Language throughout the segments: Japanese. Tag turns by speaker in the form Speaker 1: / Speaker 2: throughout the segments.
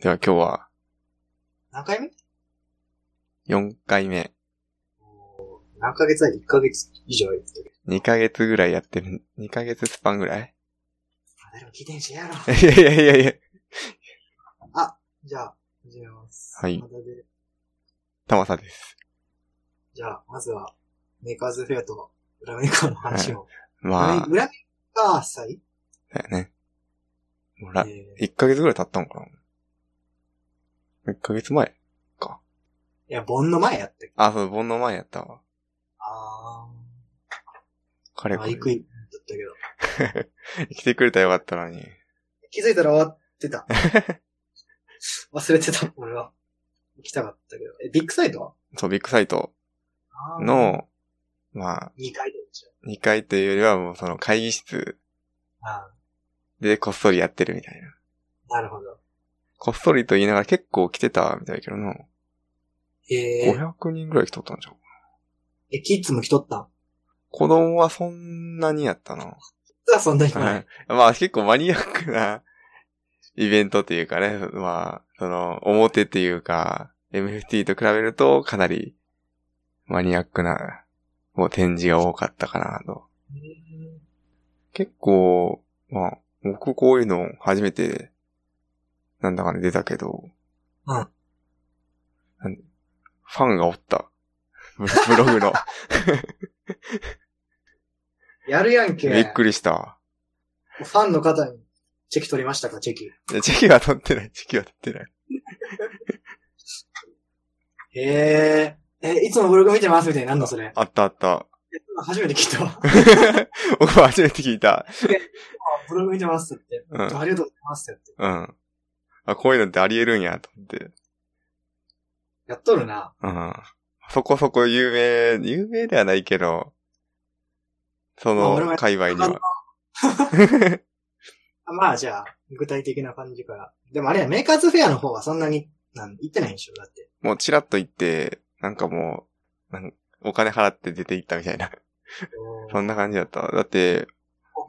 Speaker 1: では今日は
Speaker 2: 何回目
Speaker 1: 4回目、
Speaker 2: 何ヶ月前 ?1 ヶ月以上やってる。
Speaker 1: 2ヶ月ぐらいやってる、2ヶ月スパンぐらい
Speaker 2: あ誰も聞いてんしやろ。
Speaker 1: いやいやいやいや、
Speaker 2: じゃあ、始めます。
Speaker 1: はい
Speaker 2: またで、
Speaker 1: たまさです。
Speaker 2: じゃあ、まずは、メーカーズフェアと裏メーカーの話を。
Speaker 1: まあ、
Speaker 2: 裏メーカー祭
Speaker 1: だよね。もうら、
Speaker 2: えーい
Speaker 1: 1ヶ月ぐらい経ったのかな ?1 ヶ月前
Speaker 2: や、盆の前やったっけ
Speaker 1: あ、そう、盆の前やったわ。
Speaker 2: あ
Speaker 1: 彼
Speaker 2: ー。
Speaker 1: が
Speaker 2: あ、行くだったけ ど。
Speaker 1: 来てくれたらよかったのに。
Speaker 2: 気づいたら終わっ てた。忘れてた、俺は。行きたかったけど。え、ビッグサイトは
Speaker 1: そう、ビッグサイト
Speaker 2: あー、
Speaker 1: の、まあ、
Speaker 2: 2回でしょ。
Speaker 1: 2階というよりはもうその会議室
Speaker 2: あ
Speaker 1: でこっそりやってるみたいな。
Speaker 2: ーなるほど。
Speaker 1: こっそりと言いながら結構来てたみたいだけどな。
Speaker 2: えー、
Speaker 1: 500人ぐらい来とったんじゃん。
Speaker 2: え、キッズも来とったん
Speaker 1: 子供はそんなにやったな。
Speaker 2: 実はそんなに来
Speaker 1: は
Speaker 2: ないい。。
Speaker 1: まあ結構マニアックなイベントっていうかね、まあ、その、表っていうか、MFT と比べるとかなりマニアックな、もう展示が多かったかなと。
Speaker 2: うん
Speaker 1: 結構、まあ、僕こういうの初めて、なんだかね、出たけど。
Speaker 2: うん
Speaker 1: なん。ファンがおった。ブブログ の。
Speaker 2: やるやんけ。
Speaker 1: びっくりした。
Speaker 2: ファンの方に、チェキ取りましたか、チェキ。
Speaker 1: いやチェキは取ってない、チェキは取ってない。
Speaker 2: へえ。え、いつもブログ見てますみたいになんのそれ。
Speaker 1: あったあ った。
Speaker 2: 初めて聞 いたわ。
Speaker 1: 僕は初めて聞いた。
Speaker 2: ブログ見てますって。
Speaker 1: うん。
Speaker 2: ありがとうございますって。
Speaker 1: うん。あ、こういうのってあり得るんや、と思って。
Speaker 2: やっとるな。
Speaker 1: うん。そこそこ有名、有名ではないけど、そ
Speaker 2: まあ俺
Speaker 1: の
Speaker 2: も
Speaker 1: 界隈には。
Speaker 2: あまあじゃあ、具体的な感じから。でもあれや、メーカーズフェアの方はそんなに、なん、行ってないんでしょだって。
Speaker 1: もうチラッと行って、なんかもう、なんお金払って出て行ったみたいな。 そんな感じだった。だって、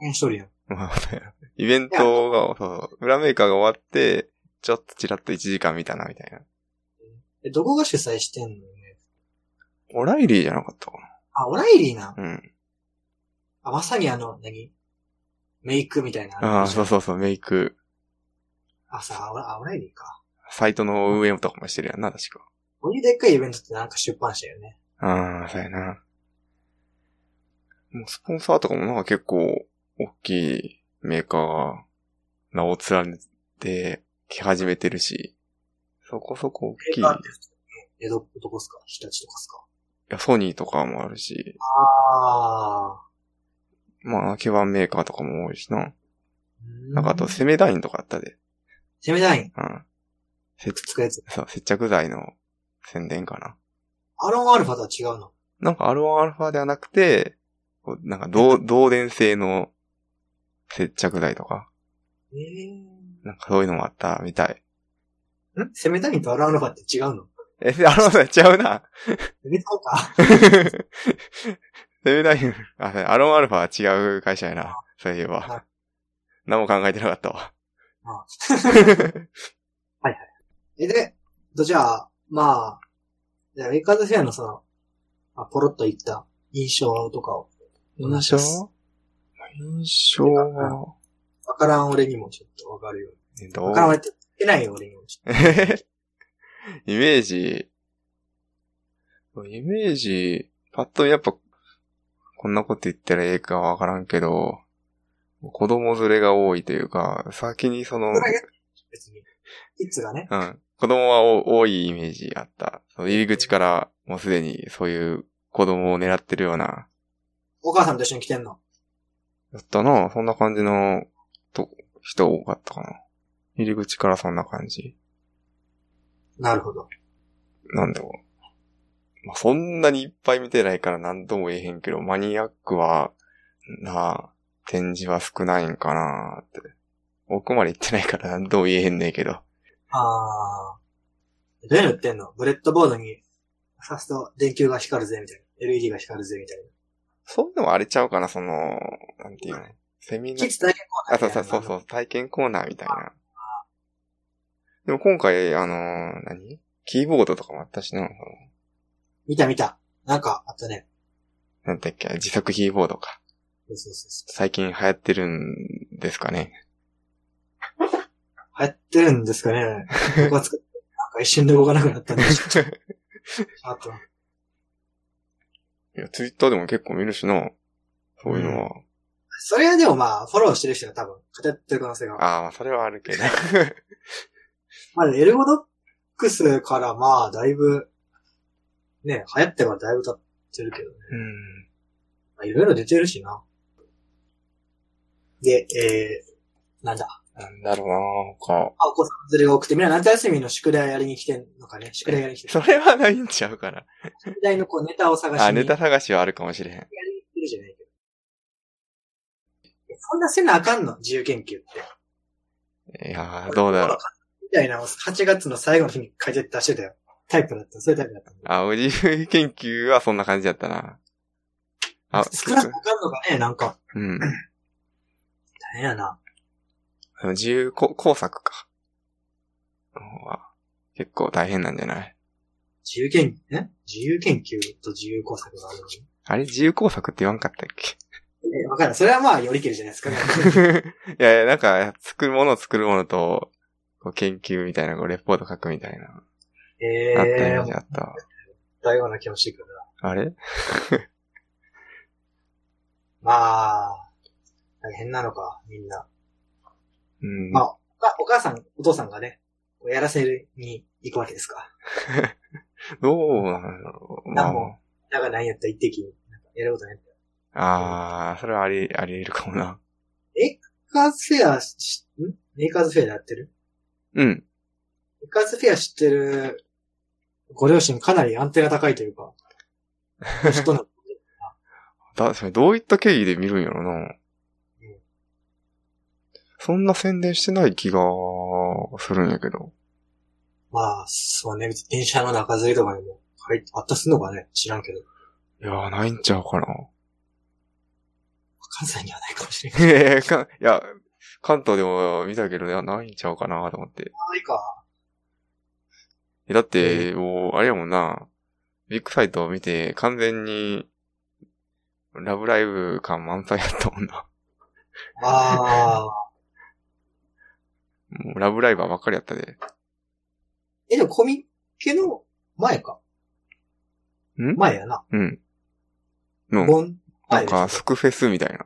Speaker 2: 貢献しとるやん。
Speaker 1: まあ、 イベントが、そうそう、裏メーカーが終わって、ちょっとチラッと1時間見たな、みたいな。
Speaker 2: え、どこが主催してんのよね。
Speaker 1: オライリーじゃなかったか
Speaker 2: あ、オライリーな。
Speaker 1: な。うん。
Speaker 2: あ、まさにあの、何メイクみたいな。
Speaker 1: ああ、そうそうそう、メイク。
Speaker 2: あ、さ、オラあオライリーか。
Speaker 1: サイトの運営とかもしてるやんな、確か。
Speaker 2: こういうでっかいイベントってなんか出版社よね。
Speaker 1: ああ、そうやな。もうスポンサーとかもなんか結構大きいメーカーが名を連ねて来始めてるし、そこそこ大きい。い
Speaker 2: メーカーって普通に、え、ど、どこっすか日立とかっすか
Speaker 1: や、ソニーとかもあるし、
Speaker 2: ああ。
Speaker 1: まあ、基盤メーカーとかも多いしな。
Speaker 2: な
Speaker 1: なんかあと、セメダインとかあったで。
Speaker 2: セミダイン、
Speaker 1: うん。
Speaker 2: くっつくやつ。
Speaker 1: そう、接着剤の宣伝かな。
Speaker 2: アロンアルファとは違うの。
Speaker 1: なんか R1α ではなくて、こうなんか導、導電性の接着剤とか、
Speaker 2: え
Speaker 1: なんかそういうのもあったみたい。
Speaker 2: えんセミダインとアロンアルファって違うの
Speaker 1: え、あのさ、ちゃう な。
Speaker 2: え、そうか。
Speaker 1: セミダイン、あ、そうアロンアルファは違う会社やな。そういえ
Speaker 2: はい
Speaker 1: ば。何も考えてなかったわ。
Speaker 2: あ え、で、とじゃあ、まあ、じゃあ、ウェイカーズフェアのその、まあ、ポロッといった印象とかを。お願いします
Speaker 1: 印象は、
Speaker 2: わからん俺にもちょっとわかるよう
Speaker 1: え
Speaker 2: に。
Speaker 1: ど
Speaker 2: わ
Speaker 1: う
Speaker 2: からん俺って言ってないよ俺にもちょっ
Speaker 1: イメージ、イメージ、パッとやっぱ、こんなこと言ったらええかわからんけど、子供連れが多いというか、先にその、
Speaker 2: と。別に。キッズがね。
Speaker 1: うん。子供はお多いイメージあった。その入り口からもうすでにそういう子供を狙ってるような、
Speaker 2: お母さんと一緒に来てんの。
Speaker 1: やったな。そんな感じのと人多かったかな。入り口からそんな感じ。
Speaker 2: なるほど。
Speaker 1: なんだろう。まあ、そんなにいっぱい見てないから何とも言えへんけど、マニアックは、なあ、展示は少ないんかなって。奥まで行ってないから何とも言えへんねんけど。
Speaker 2: あー。どういうの売ってんのブレッドボードに、刺すと電球が光るぜ、みたいな。LED が光るぜ、みたいな。
Speaker 1: そういうのはあれちゃうかな、その、なんていうの。セミナー
Speaker 2: キッズ体験コーナ
Speaker 1: あ、
Speaker 2: ー
Speaker 1: そう
Speaker 2: みた
Speaker 1: そう
Speaker 2: いな
Speaker 1: そうそう、体験コーナーみたいな。でも今回、あのー何キーボードとかもあったしな。
Speaker 2: 見た見た。なんか、あったね。
Speaker 1: なんだっけ、自作キーボードか。
Speaker 2: そうそうそうそ
Speaker 1: 最近流行ってるんですかね。
Speaker 2: う。流行ってるんですかね。僕は作って、なんか一瞬で動かなくなったんで、ちょっと、あと、
Speaker 1: いや、ツイッターでも結構見るしな。そういうのは。
Speaker 2: それはでもまあ、フォローしてる人が多分、語ってる可能性が。
Speaker 1: ああ、まあそれはあるけど。
Speaker 2: まあ、エルゴドックスからまあ、だいぶ、ね、流行ってからだいぶ経ってるけどね。
Speaker 1: うん。
Speaker 2: まあ、いろいろ出てるしな。で、えー、なんだ。
Speaker 1: なんだろうな他。
Speaker 2: あ、お子さん連れが多くて、みんな夏休みの宿題やりに来てんのかね。宿題やりに来てる。
Speaker 1: それはないんちゃうから。
Speaker 2: 宿題のこう、ネタを探しに。
Speaker 1: あ、ネタ探しはあるかもしれへん。
Speaker 2: やりに来てるじゃないけど。そんなせなあかんの自由研究って。
Speaker 1: いやー、どうだろう。
Speaker 2: みたいなのを8月の最後の日に書いて出してたよ。タイプだった。そういうタイプだった。
Speaker 1: あ、おじい研究はそんな感じだったな。あ、
Speaker 2: 少なくあかんのかね、なんか。
Speaker 1: うん。
Speaker 2: 大変やな。
Speaker 1: あの自由工工作か。の方は結構大変なんじゃない
Speaker 2: 自由研究、ね自由研究と自由工作があるのに。
Speaker 1: あれ自由工作って言わんかったっ け
Speaker 2: え、わかんない。それはまあ、よりけるじゃないですか、 ね。
Speaker 1: いやいや、なんか、作るものを作るものと、こう研究みたいな、こうレポート書くみたいな。
Speaker 2: え
Speaker 1: あったイ
Speaker 2: え
Speaker 1: メ
Speaker 2: ー、
Speaker 1: ージ
Speaker 2: も
Speaker 1: あったわ。
Speaker 2: ったような気もしてくるな。
Speaker 1: あれ
Speaker 2: まあ、大変なのか、みんな。
Speaker 1: うん。
Speaker 2: まああお母さん、お父さんがね、こうやらせに行くわけですか。
Speaker 1: どうなんだろう。ま
Speaker 2: なんもだから何やったら一滴、なんかやることない。
Speaker 1: あ、あー、それはあり、あり得るかもな。
Speaker 2: メーカーズフェアし、んメーカーズフェアでやってる
Speaker 1: うん。
Speaker 2: メーカーズフェア知ってるご両親かなりアンテナ高いというか、人なの。
Speaker 1: だ、それどういった経緯で見るんやろな。そんな宣伝してない気がするんやけど。
Speaker 2: まあ、そうね、電車の中吊りとかにも、はい、あったすんのかね知らんけど。
Speaker 1: いやー、ないんちゃうかな。
Speaker 2: 関西にはないかもしれない。
Speaker 1: えーかいや、関東でも見たけど、いやないんちゃうかなと思って。
Speaker 2: ないか。
Speaker 1: えだって、もう、あれやもんな、ビッグサイトを見て、完全に、ラブライブ感満載やったもんな。
Speaker 2: ああ。
Speaker 1: もうラブライバーばっかりやったで。
Speaker 2: え、でもコミケの前か。
Speaker 1: ん
Speaker 2: 前やな。
Speaker 1: うん。の、
Speaker 2: ボン、
Speaker 1: な
Speaker 2: 前
Speaker 1: ん
Speaker 2: です
Speaker 1: か、スクフェスみたい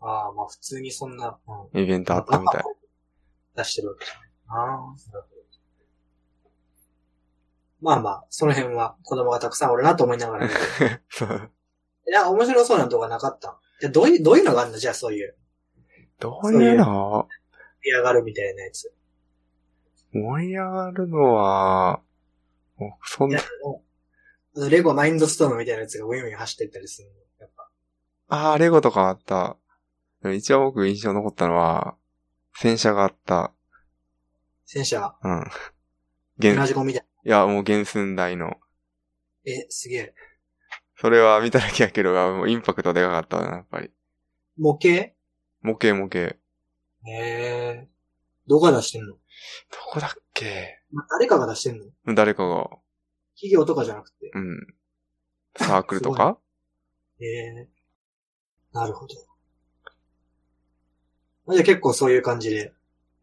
Speaker 2: ああ、まあ普通にそんな、うん。
Speaker 1: なイベントあったみたい。
Speaker 2: 出してるわけじゃない。ああ、なるほど。まあまあ、その辺は子供がたくさんおるなと思いな がら見て。
Speaker 1: そう。
Speaker 2: いや、面白そうな動画なかった。じゃどういう、どういうのがあるのじゃあそういう。
Speaker 1: どういうの
Speaker 2: 嫌がるみたいなやつ。
Speaker 1: 盛り上がるのは、もうそん
Speaker 2: い
Speaker 1: な
Speaker 2: や、、あのレゴマインドストームみたいなやつがウィンウィン走っていったりするの。やっぱ。
Speaker 1: あー、レゴとかあった。でも一番僕印象残ったのは、戦車があった。
Speaker 2: 戦車、
Speaker 1: うん。
Speaker 2: エ
Speaker 1: 原
Speaker 2: ナ、ジコンみたい
Speaker 1: いや、もう原寸大の。
Speaker 2: な。え、すげえ。
Speaker 1: それは見ただけやけど、もうインパクトでかかったな、やっぱり。
Speaker 2: 模型
Speaker 1: 模型模型。
Speaker 2: へえ。どこが出してんの
Speaker 1: どこだっけ
Speaker 2: ま誰かが出してんの
Speaker 1: 誰かが、
Speaker 2: 企業とかじゃなくて。
Speaker 1: うん。サークルとか
Speaker 2: へえ。なるほど。まあじゃあ結構そういう感じで、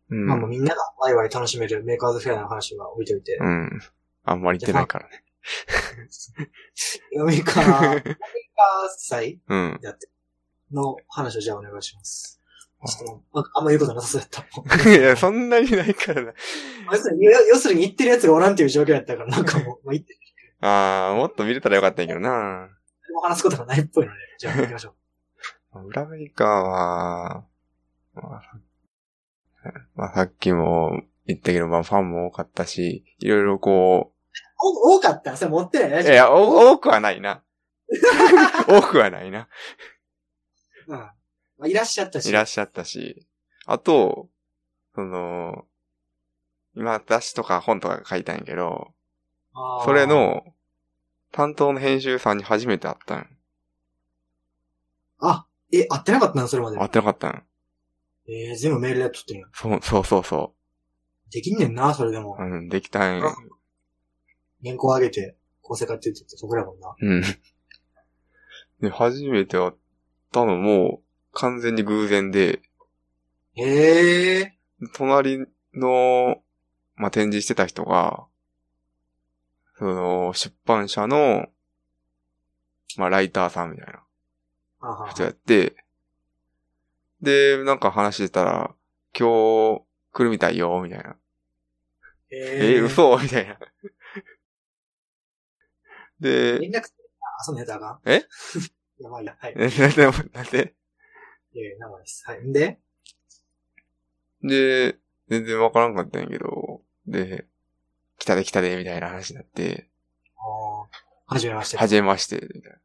Speaker 1: うん
Speaker 2: まあもう。みんながワイワイ楽しめるメーカーズフェアの話は置いといて。
Speaker 1: うん。あんまり行ってないからね。
Speaker 2: メーカー、メーカー祭
Speaker 1: うん。
Speaker 2: やっての話をじゃあお願いします。ちょっともう、ああんま言うことなさそうやっ た。
Speaker 1: いや、そんなにないからな。
Speaker 2: 要するに、要要するに言ってる奴がおらんっていう状況やったから、なんかも う、まあ、言って、
Speaker 1: あー、もっと見れたらよかったんやけどな。
Speaker 2: もう話すことがないっぽいので、じゃあ行きましょう。
Speaker 1: 裏メーカーは、まあ、まあさっきも言ったけど、まあファンも多かったし、いろいろこう、
Speaker 2: お多かったらそれ持ってないラ
Speaker 1: い
Speaker 2: ジオ。
Speaker 1: や、お多くはないな。 多くはないな。
Speaker 2: うん。まあ、いらっしゃったし。
Speaker 1: いらっしゃったし。あと、その、今、雑誌とか本とか書いたんやけど、
Speaker 2: あー
Speaker 1: それ、の、担当の編集さんに初めて会ったん。
Speaker 2: あ、え、会ってなかったな、それまで
Speaker 1: 会。ってなかったん。
Speaker 2: えー、全部メールでやっとってんや。
Speaker 1: そう、そうそうそ
Speaker 2: できんねんな、それでも。
Speaker 1: うん、できたんや。
Speaker 2: 原稿上げて、構成買ってって言ってそこだもんな。
Speaker 1: うん。で、初めて会ったのも、完全に偶然で、
Speaker 2: へえ。
Speaker 1: 隣の、まあ、展示してた人が、その、出版社の、まあ、ライターさんみたいな
Speaker 2: あは
Speaker 1: 人やって、で、なんか話してたら、今日来るみたいよ、みたいな。
Speaker 2: え
Speaker 1: え
Speaker 2: ー
Speaker 1: 嘘みたいな。で、
Speaker 2: 連絡先、あ、そうね、だが。
Speaker 1: え
Speaker 2: やばいな。はい。
Speaker 1: えなんで、なんで、
Speaker 2: いやいや、なんかです。はい。んで
Speaker 1: で、全然わからんかったんやけど、で、来たで来たで、みたいな話になって、
Speaker 2: おーはじめまして。
Speaker 1: はじめまして、みたいな。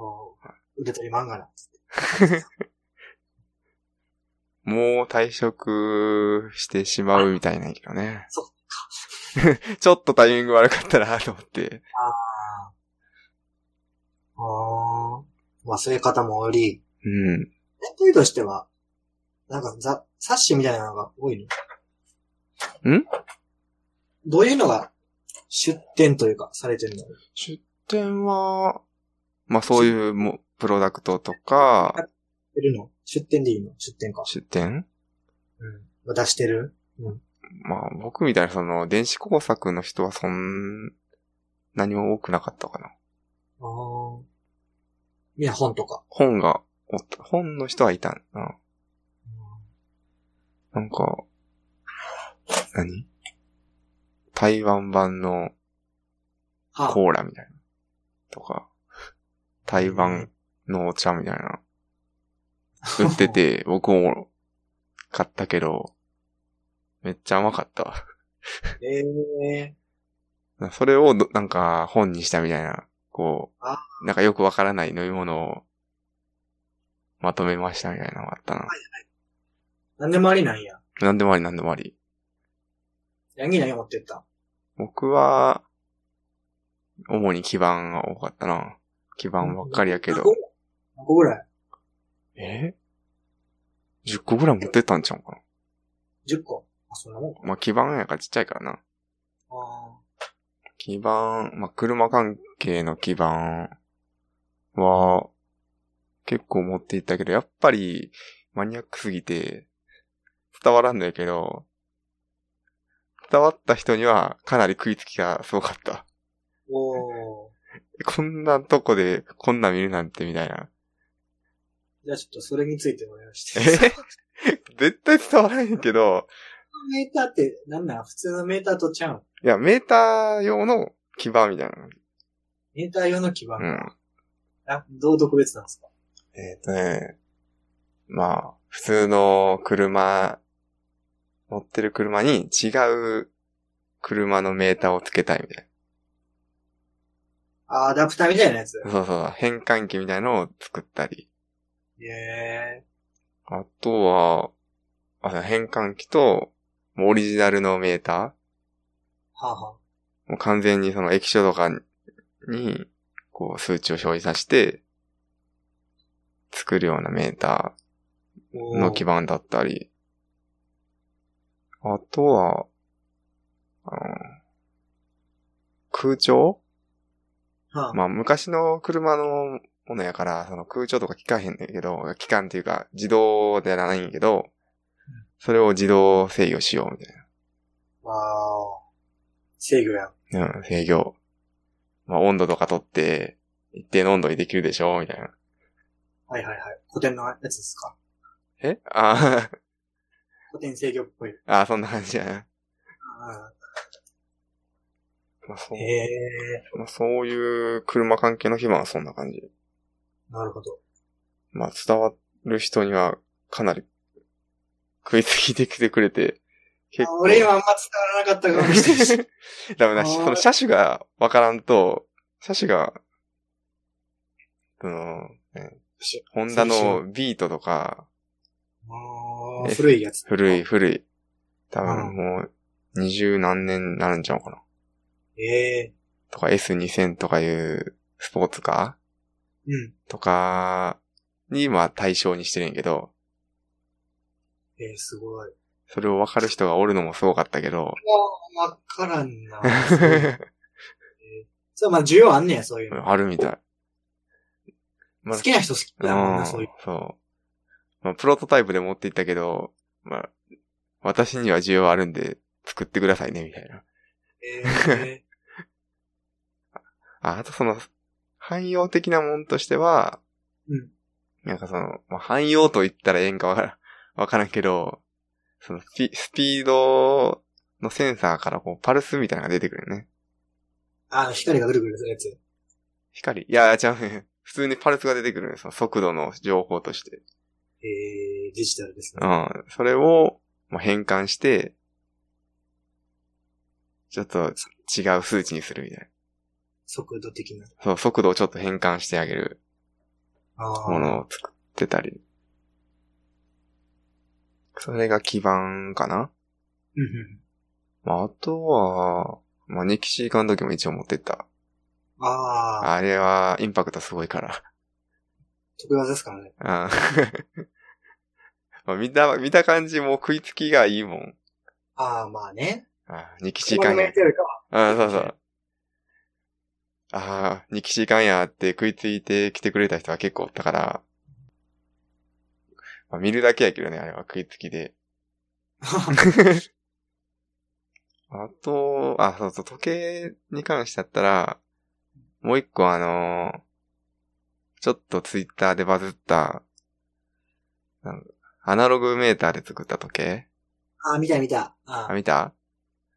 Speaker 2: おー腕取り漫画なんつって。
Speaker 1: もう退職してしまうみたいなんやけどね。
Speaker 2: そっ
Speaker 1: ちょっとタイミング悪かったなと思って。
Speaker 2: あーまあ、そういう方もおり、
Speaker 1: うん。
Speaker 2: 年齢としては、なんかザ、冊子みたいなのが多いの。
Speaker 1: ん
Speaker 2: どういうのが出展というか、されてるの
Speaker 1: 出店は、まあそういうもうプロダクトとか、
Speaker 2: 出るの出展でいいの出展か。
Speaker 1: 出店
Speaker 2: うん。出してる
Speaker 1: まあ僕みたいなその電子工作の人はそんなにも多くなかったかな。
Speaker 2: ああ。みんな本とか。
Speaker 1: 本がおった、本の人はいたんだな。なんか、何台湾版の
Speaker 2: は
Speaker 1: コーラみたいな。とか、台湾のお茶みたいな。売ってて、僕も買ったけど、めっちゃ甘かったわ。
Speaker 2: ええ
Speaker 1: それをどなんか本にしたみたいな、こ
Speaker 2: あ
Speaker 1: う、なんかよくわからない飲み物をまとめましたみたいなのがあったな。
Speaker 2: なんでもありなんや。
Speaker 1: なんでもありなんでもあり。
Speaker 2: ヤギ何持ってった
Speaker 1: 僕は、主に基盤が多かったな。基盤ばっかりやけど。
Speaker 2: 何個何個ぐらい
Speaker 1: え ?10 個ぐらい持ってったんちゃうか
Speaker 2: ?10 個。あ、そんなもんか。
Speaker 1: な。まあ、基盤やからちっちゃいからな。
Speaker 2: あ
Speaker 1: 基盤、まあ、車関係の基盤は、結構持っていったけど、やっぱり、マニアックすぎて、伝わらんのやけど、伝わった人にはかなり食いつきがすごかった。
Speaker 2: ーおー。
Speaker 1: こんなとこで、こんなん見るなんてみたいな。
Speaker 2: じゃあちょっとそれについてお願いして。
Speaker 1: え 絶対伝わらんやけど、
Speaker 2: メーターってなんなん普通のメーターとちゃうん
Speaker 1: いや、メーター用の基盤みたいな。
Speaker 2: メーター用の基盤。
Speaker 1: うん。
Speaker 2: あどう特別なんですか
Speaker 1: えっ、とね、まあ、普通の車、乗ってる車に違う車のメーターをつけたいみたい
Speaker 2: あアダプターみたいなやつ。
Speaker 1: な。そうそう、変換器みたいのを作ったり。
Speaker 2: ええ
Speaker 1: あとは、あの変換器と、もうオリジナルのメータ
Speaker 2: ー。はあ、は
Speaker 1: ーもう完全にその液晶とかに、こう数値を表示させて、作るようなメーター。
Speaker 2: あ。おー
Speaker 1: の基盤だったり、あとは、あの空調
Speaker 2: はあ、
Speaker 1: まあ昔の車のものやから、その空調とか効かへんねんけど、効かんっていうか自動でやらないんやけど、それを自動制御しようみたい
Speaker 2: わー。制御やん。
Speaker 1: な。うん、制御。まあ温度とか取って、一定の温度にできるでしょみたいな。
Speaker 2: はいはいはい。古典のやつですか
Speaker 1: えあ ー
Speaker 2: 古典制御っぽい。
Speaker 1: あー、そんな感じやな。まあそ
Speaker 2: うん。
Speaker 1: う
Speaker 2: へえ
Speaker 1: まあ、そういう車関係の基盤はそんな感じ。
Speaker 2: ー。なるほど。
Speaker 1: まあ、伝わる人にはかなり食いつきできてくれて、結
Speaker 2: あ俺今あんま伝わらなかったかもしれな いし。
Speaker 1: ダメ
Speaker 2: あ
Speaker 1: な、
Speaker 2: ー
Speaker 1: その車種がわからんと、車種が、その、ねホンダのビートとか、
Speaker 2: あー
Speaker 1: え
Speaker 2: 古いやつ。
Speaker 1: 古い。古い、多
Speaker 2: う
Speaker 1: 分もう二十何年になるんちゃうかな。
Speaker 2: ええ
Speaker 1: とか S2000 とかいうスポーツカ
Speaker 2: ー。うん。
Speaker 1: ーとかに今対象にしてるんやけど、
Speaker 2: ええー、すごい。
Speaker 1: それを分かる人がおるのもすごかったけど、
Speaker 2: わからんな。そういうそう、まあ需要あんねや、そういう の。
Speaker 1: あるみたい。まあ
Speaker 2: 好きな人好きだもんな、そういう。
Speaker 1: そう。まあ、プロトタイプで持っていったけど、まあ、私には需要あるんで、作ってくださいね、みたいな。
Speaker 2: え
Speaker 1: あ、あとその、汎用的なもんとしては、
Speaker 2: うん
Speaker 1: なんかその、まあ、汎用と言ったらええんかわから、 わからんけど、そのスピ、スピードのセンサーからこう、パルスみたいなのが出てくるよね。
Speaker 2: ー、あの、光がぐるぐるするやつ。
Speaker 1: 光いや、違うね。普通にパルスが出てくるね。その速度の情報として。
Speaker 2: えー、デジタルですね。
Speaker 1: うん。それを、まあ、変換して、ちょっと違う数値にするみたいな。
Speaker 2: 速度的な。
Speaker 1: そう、速度をちょっと変換してあげる
Speaker 2: あ
Speaker 1: も
Speaker 2: ー
Speaker 1: のを作ってたり。それが基盤かな
Speaker 2: うんうん
Speaker 1: まあ、あとは、まあ、ニキシーカの時も一応持ってった。
Speaker 2: あー、
Speaker 1: あれは、インパクトすごいから。
Speaker 2: 得意技ですからね。
Speaker 1: うん まあ、見た、見た感じも食いつきがいいもん。
Speaker 2: あー、まあね。
Speaker 1: あニキシー
Speaker 2: 他
Speaker 1: カン
Speaker 2: の
Speaker 1: や
Speaker 2: やつ。よりか は
Speaker 1: あそうそう。ああ、ニキシーカンやって食いついて来てくれた人は結構おったから、まあ、見るだけやけどね、あれは食いつきで。あと、あ、そうそう、時計に関してだったら、もう一個あのーちょっとツイッターでバズった、なんかアナログメーターで作った時計
Speaker 2: あー、見た見た。あ
Speaker 1: あ、
Speaker 2: ー
Speaker 1: 見た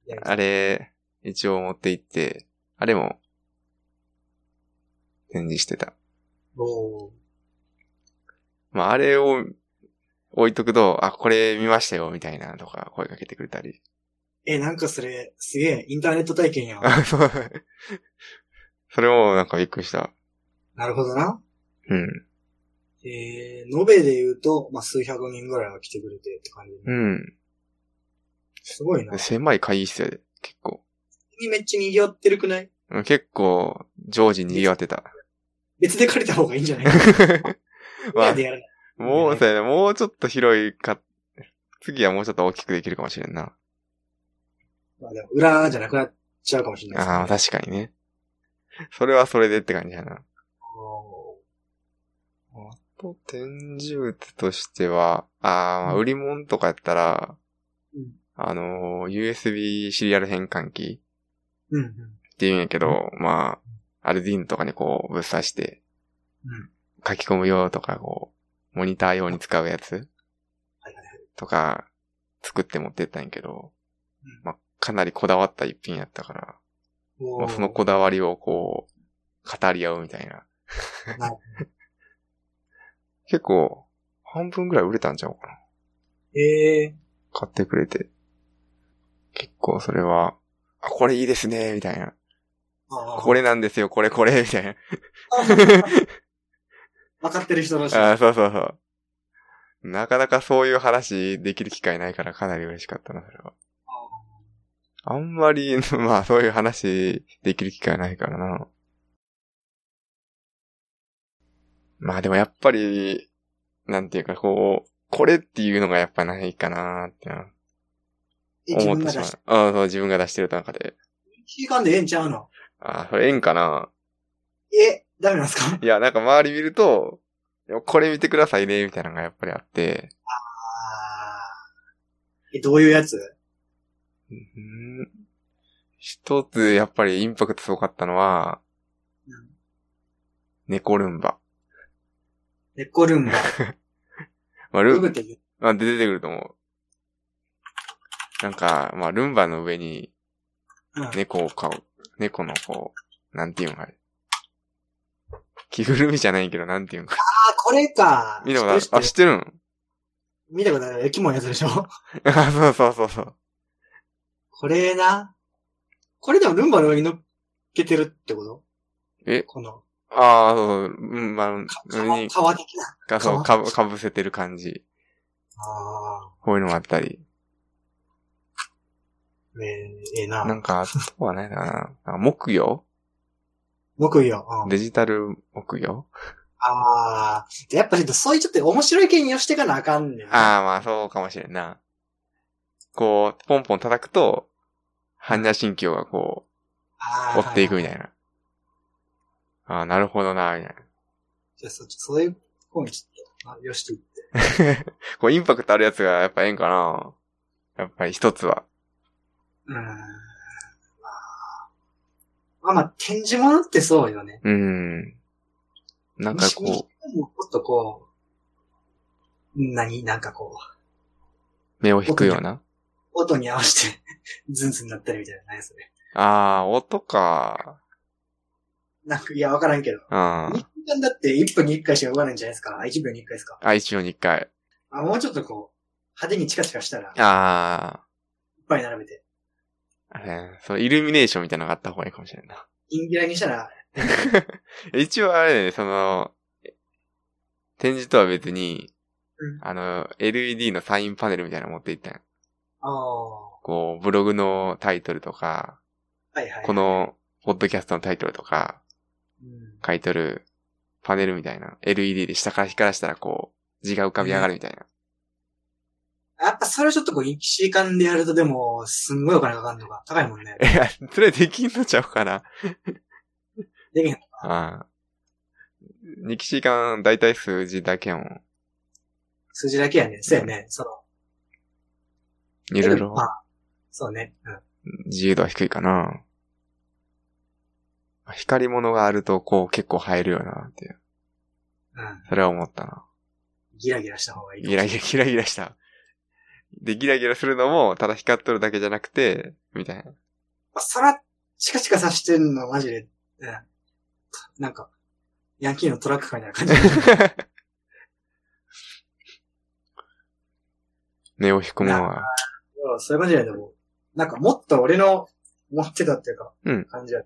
Speaker 2: 見た見た
Speaker 1: あれ、一応持って行って、あれも、展示してた。
Speaker 2: おー
Speaker 1: まあ、あれを置いとくと、あ、これ見ましたよ、みたいなとか声かけてくれたり。
Speaker 2: え、なんかそれ、すげえ、インターネット体験やん。
Speaker 1: あそうそれもなんかびっくりした。
Speaker 2: なるほどな。
Speaker 1: うん。
Speaker 2: えー、延べで言うと、まあ、数百人ぐらいは来てくれてって感じ。
Speaker 1: うん。
Speaker 2: すごいな。
Speaker 1: 狭い会議室やで、結構。
Speaker 2: めっちゃ賑わってるくない
Speaker 1: うん結構、常時賑わってた。
Speaker 2: 別で借りた方がいい ん じゃない
Speaker 1: ま
Speaker 2: まあ、
Speaker 1: あ
Speaker 2: で、やらない。
Speaker 1: もうそうやね、もうちょっと広いか、次はもうちょっと大きくできるかもしれんな。
Speaker 2: まあ、でも、裏じゃなくなっちゃうかもしれないですね、
Speaker 1: ああ、確かにね。それはそれでって感じやな。あと、展示物としては、あーまあ、
Speaker 2: うん
Speaker 1: 売り物とかやったら、
Speaker 2: うん
Speaker 1: あのー、USB シリアル変換器
Speaker 2: うんう
Speaker 1: っ
Speaker 2: ん。
Speaker 1: ていうんやけど、まあ、アルディンとかにこう、ぶっ刺して、
Speaker 2: うん
Speaker 1: 書き込む用とか、こう、モニター用に使うやつ
Speaker 2: はいはい
Speaker 1: とか、作って持ってったんやけど
Speaker 2: うん、
Speaker 1: まあ、かなりこだわった一品やったから、
Speaker 2: お
Speaker 1: ま
Speaker 2: ー
Speaker 1: あそのこだわりをこう、語り合うみたいな
Speaker 2: なるほ。
Speaker 1: 結構、半分ぐらい売れたんちゃうかな。
Speaker 2: ええ
Speaker 1: 買ってくれて。結構それは、あ、これいいですね、みたいな。
Speaker 2: あー
Speaker 1: これなんですよ、これこれ、みたいな。
Speaker 2: 分かってる人らしい。
Speaker 1: あーそうそうそう。なかなかそういう話できる機会ないからかなり嬉しかったな、それは。あんまり、 まあそういう話できる機会ないからな。まあでもやっぱり、なんていうかこう、これっていうのがやっぱないかなってな
Speaker 2: え自
Speaker 1: 思っ
Speaker 2: 分
Speaker 1: て
Speaker 2: が
Speaker 1: しま
Speaker 2: 出
Speaker 1: う
Speaker 2: して。。
Speaker 1: ああ、そう、自分が出してる中で。
Speaker 2: 時間でええんちゃうの
Speaker 1: ああ、それ縁かな。
Speaker 2: え、ダメなんですか
Speaker 1: いや、なんか周り見ると、いやこれ見てくださいね、みたいなのがやっぱりあって。
Speaker 2: あーえ、どういうやつ
Speaker 1: うん一つ、やっぱりインパクトすごかったのは、
Speaker 2: うん
Speaker 1: 猫ルンバ。
Speaker 2: ネッコルンバ。
Speaker 1: まあ、ル
Speaker 2: ルブ
Speaker 1: ン
Speaker 2: って言う
Speaker 1: バ、出てくると思う。なんか、まあ、ルンバの上に
Speaker 2: うん。
Speaker 1: 猫を飼う。猫のこう、なんていうんかあれ。着ぐるみじゃないけど、なんていうんか。
Speaker 2: あ、これか。
Speaker 1: 見たことある
Speaker 2: 知って
Speaker 1: あ、
Speaker 2: る
Speaker 1: 知
Speaker 2: 知っ
Speaker 1: ってるん
Speaker 2: てる見たことある。駅もやつでしょ
Speaker 1: あ、そうそうそうそう。
Speaker 2: これな。これでもルンバの上に乗っけてるってこと
Speaker 1: え
Speaker 2: この、
Speaker 1: ああ、そうそう、うん、まあ、上に
Speaker 2: 皮、皮的な。
Speaker 1: かそうかぶ、かぶせてる感じ。
Speaker 2: あ
Speaker 1: こういうのもあったり。
Speaker 2: あ、ええええ
Speaker 1: な
Speaker 2: な。
Speaker 1: んか、あとはないかな。なんか木魚
Speaker 2: 木魚。うん、
Speaker 1: デジタル木魚
Speaker 2: ああ、でやっぱりそういうちょっと面白い系に寄してかなあかんねん。
Speaker 1: ああ、まあそうかもしれんな。こう、ポンポン叩くと、般若心経がこ
Speaker 2: あ
Speaker 1: う、
Speaker 2: ー
Speaker 1: 追っていくみ
Speaker 2: は
Speaker 1: たいな。ああ、なるほどな、みたいな。
Speaker 2: じゃあ、そっち、そういう方にちょっと、あよしていって。
Speaker 1: こう、インパクトあるやつがやっぱええんかな。やっぱり一つは。
Speaker 2: うーん。まあ、まあまあ、展示物ってそうよね。
Speaker 1: うん。なんかこ
Speaker 2: う。もっとこう、何なんかこう、
Speaker 1: う、目を引くような。
Speaker 2: 音に合わせて、ズンズンなったりみたいなのないそれ。
Speaker 1: ああ、音か。
Speaker 2: なんか、いや、わからんけど。
Speaker 1: うん。
Speaker 2: 日間だって1分に1回しか動かないんじゃないですか。あ、1秒に1回ですか。
Speaker 1: あ、一応に一回。
Speaker 2: あ、もうちょっとこう、派手にチカチカしたら、いっ
Speaker 1: あ
Speaker 2: ぱい並べて。
Speaker 1: あ、ね、そう、イルミネーションみたいなのがあった方がいいかもしれんな。
Speaker 2: インギラにしたら、
Speaker 1: 一応あれだよね、その、展示とは別に、
Speaker 2: うん
Speaker 1: あの、LED のサインパネルみたいなの持っていったんよ
Speaker 2: ああ、は
Speaker 1: こう、ブログのタイトルとか、
Speaker 2: いはい。
Speaker 1: こ、の、ポッドキャストのタイトルとか、
Speaker 2: うん、
Speaker 1: 書いとるパネルみたいな、LED で下から光らしたらこう、字が浮かび上がるみたいな。
Speaker 2: やっぱそれはちょっとこう、1時間でやるとでも、すんごいお金かかるのが高いもんね。
Speaker 1: いや、 それできんのちゃうかな。
Speaker 2: できへん。
Speaker 1: ああ。日記時間、だいたい数字だけやもん。
Speaker 2: 数字だけやね。そうやね。その、
Speaker 1: いろい
Speaker 2: でも
Speaker 1: ろ
Speaker 2: ま、あ、そうね。うん。
Speaker 1: 自由度は低いかな。光り物があると、こう、結構映えるよな、っていう。
Speaker 2: うん。
Speaker 1: それは思ったな。
Speaker 2: ギラギラした方がいい。
Speaker 1: ギラギラ、ギラギラした。で、ギラギラするのも、ただ光っとるだけじゃなくて、みたいな。
Speaker 2: まあ、そら、チカチカさしてんの、マジで。うん。なんか、ヤンキーのトラックかみたいな感じ。
Speaker 1: 目を引くものは。
Speaker 2: うん そういう感じだよ、でも。なんかもっと俺の持ってたっていうか、
Speaker 1: うん
Speaker 2: 感じだ。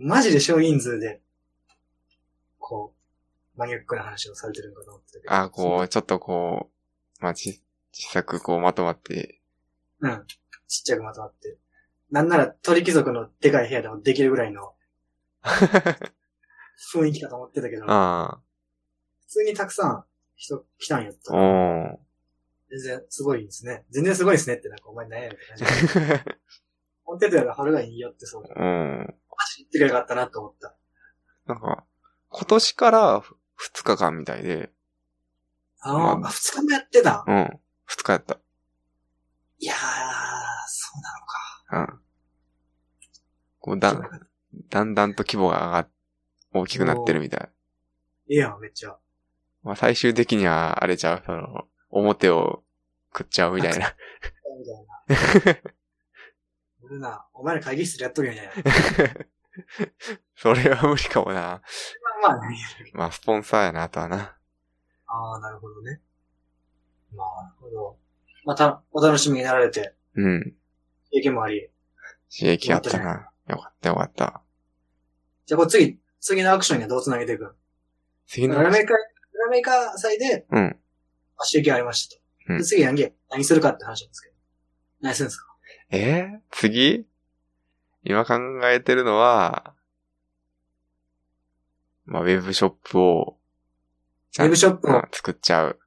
Speaker 2: マジで少人数で、こう、マニアックな話をされてるのかと思ってたけど。
Speaker 1: あ、こう、ちょっとこう、まあ、ち、小さくこう、まとまって、
Speaker 2: う。うん。ちっちゃくまとまって。なんなら鳥貴族のでかい部屋でもできるぐらいの雰囲気かと思ってたけど、普
Speaker 1: あ
Speaker 2: 通にたくさん人来たんやった
Speaker 1: あ、お。お。
Speaker 2: 全然すごいですね。全然すごいですねってなんかお前悩むって感じ。思ってたより春がいいよってそう。マ
Speaker 1: うん。
Speaker 2: ジで言ってくれなかったなと思った。
Speaker 1: なんか、今年から2日間みたいで、
Speaker 2: あ
Speaker 1: まあ
Speaker 2: ーあ、二日もやってた。
Speaker 1: うん。2日やった。
Speaker 2: いやー、そうなのか。
Speaker 1: うん。こうだん、だんだんと規模が上がっ、大きくなってるみたい。
Speaker 2: ええやん、めっちゃ。
Speaker 1: まあ、最終的には、あれちゃう、その、表を食っちゃうみたいな。
Speaker 2: みたいな。俺な、お前ら会議室でやっとる よね。
Speaker 1: それは無理かもな。
Speaker 2: まあまあね。
Speaker 1: まあ、スポンサーやな、あとはな。
Speaker 2: ああ、なるほどね。まあ、なるほど。また、お楽しみになられて、
Speaker 1: うん。
Speaker 2: 経験もあり。
Speaker 1: 刺激あったな。よかった、よかった。
Speaker 2: じゃあ、これ次、次のアクションにはどう繋げていく
Speaker 1: 次の
Speaker 2: 裏、メーカー、裏メーカー祭で、
Speaker 1: うん。
Speaker 2: まあ、刺激ありましたと。
Speaker 1: うん
Speaker 2: で次何げ、何するかって話なんですけど。何するんですか
Speaker 1: えー次今考えてるのは、まあ、ウェブショップを、ち
Speaker 2: ウェブショップ
Speaker 1: う
Speaker 2: を
Speaker 1: ん作っちゃう。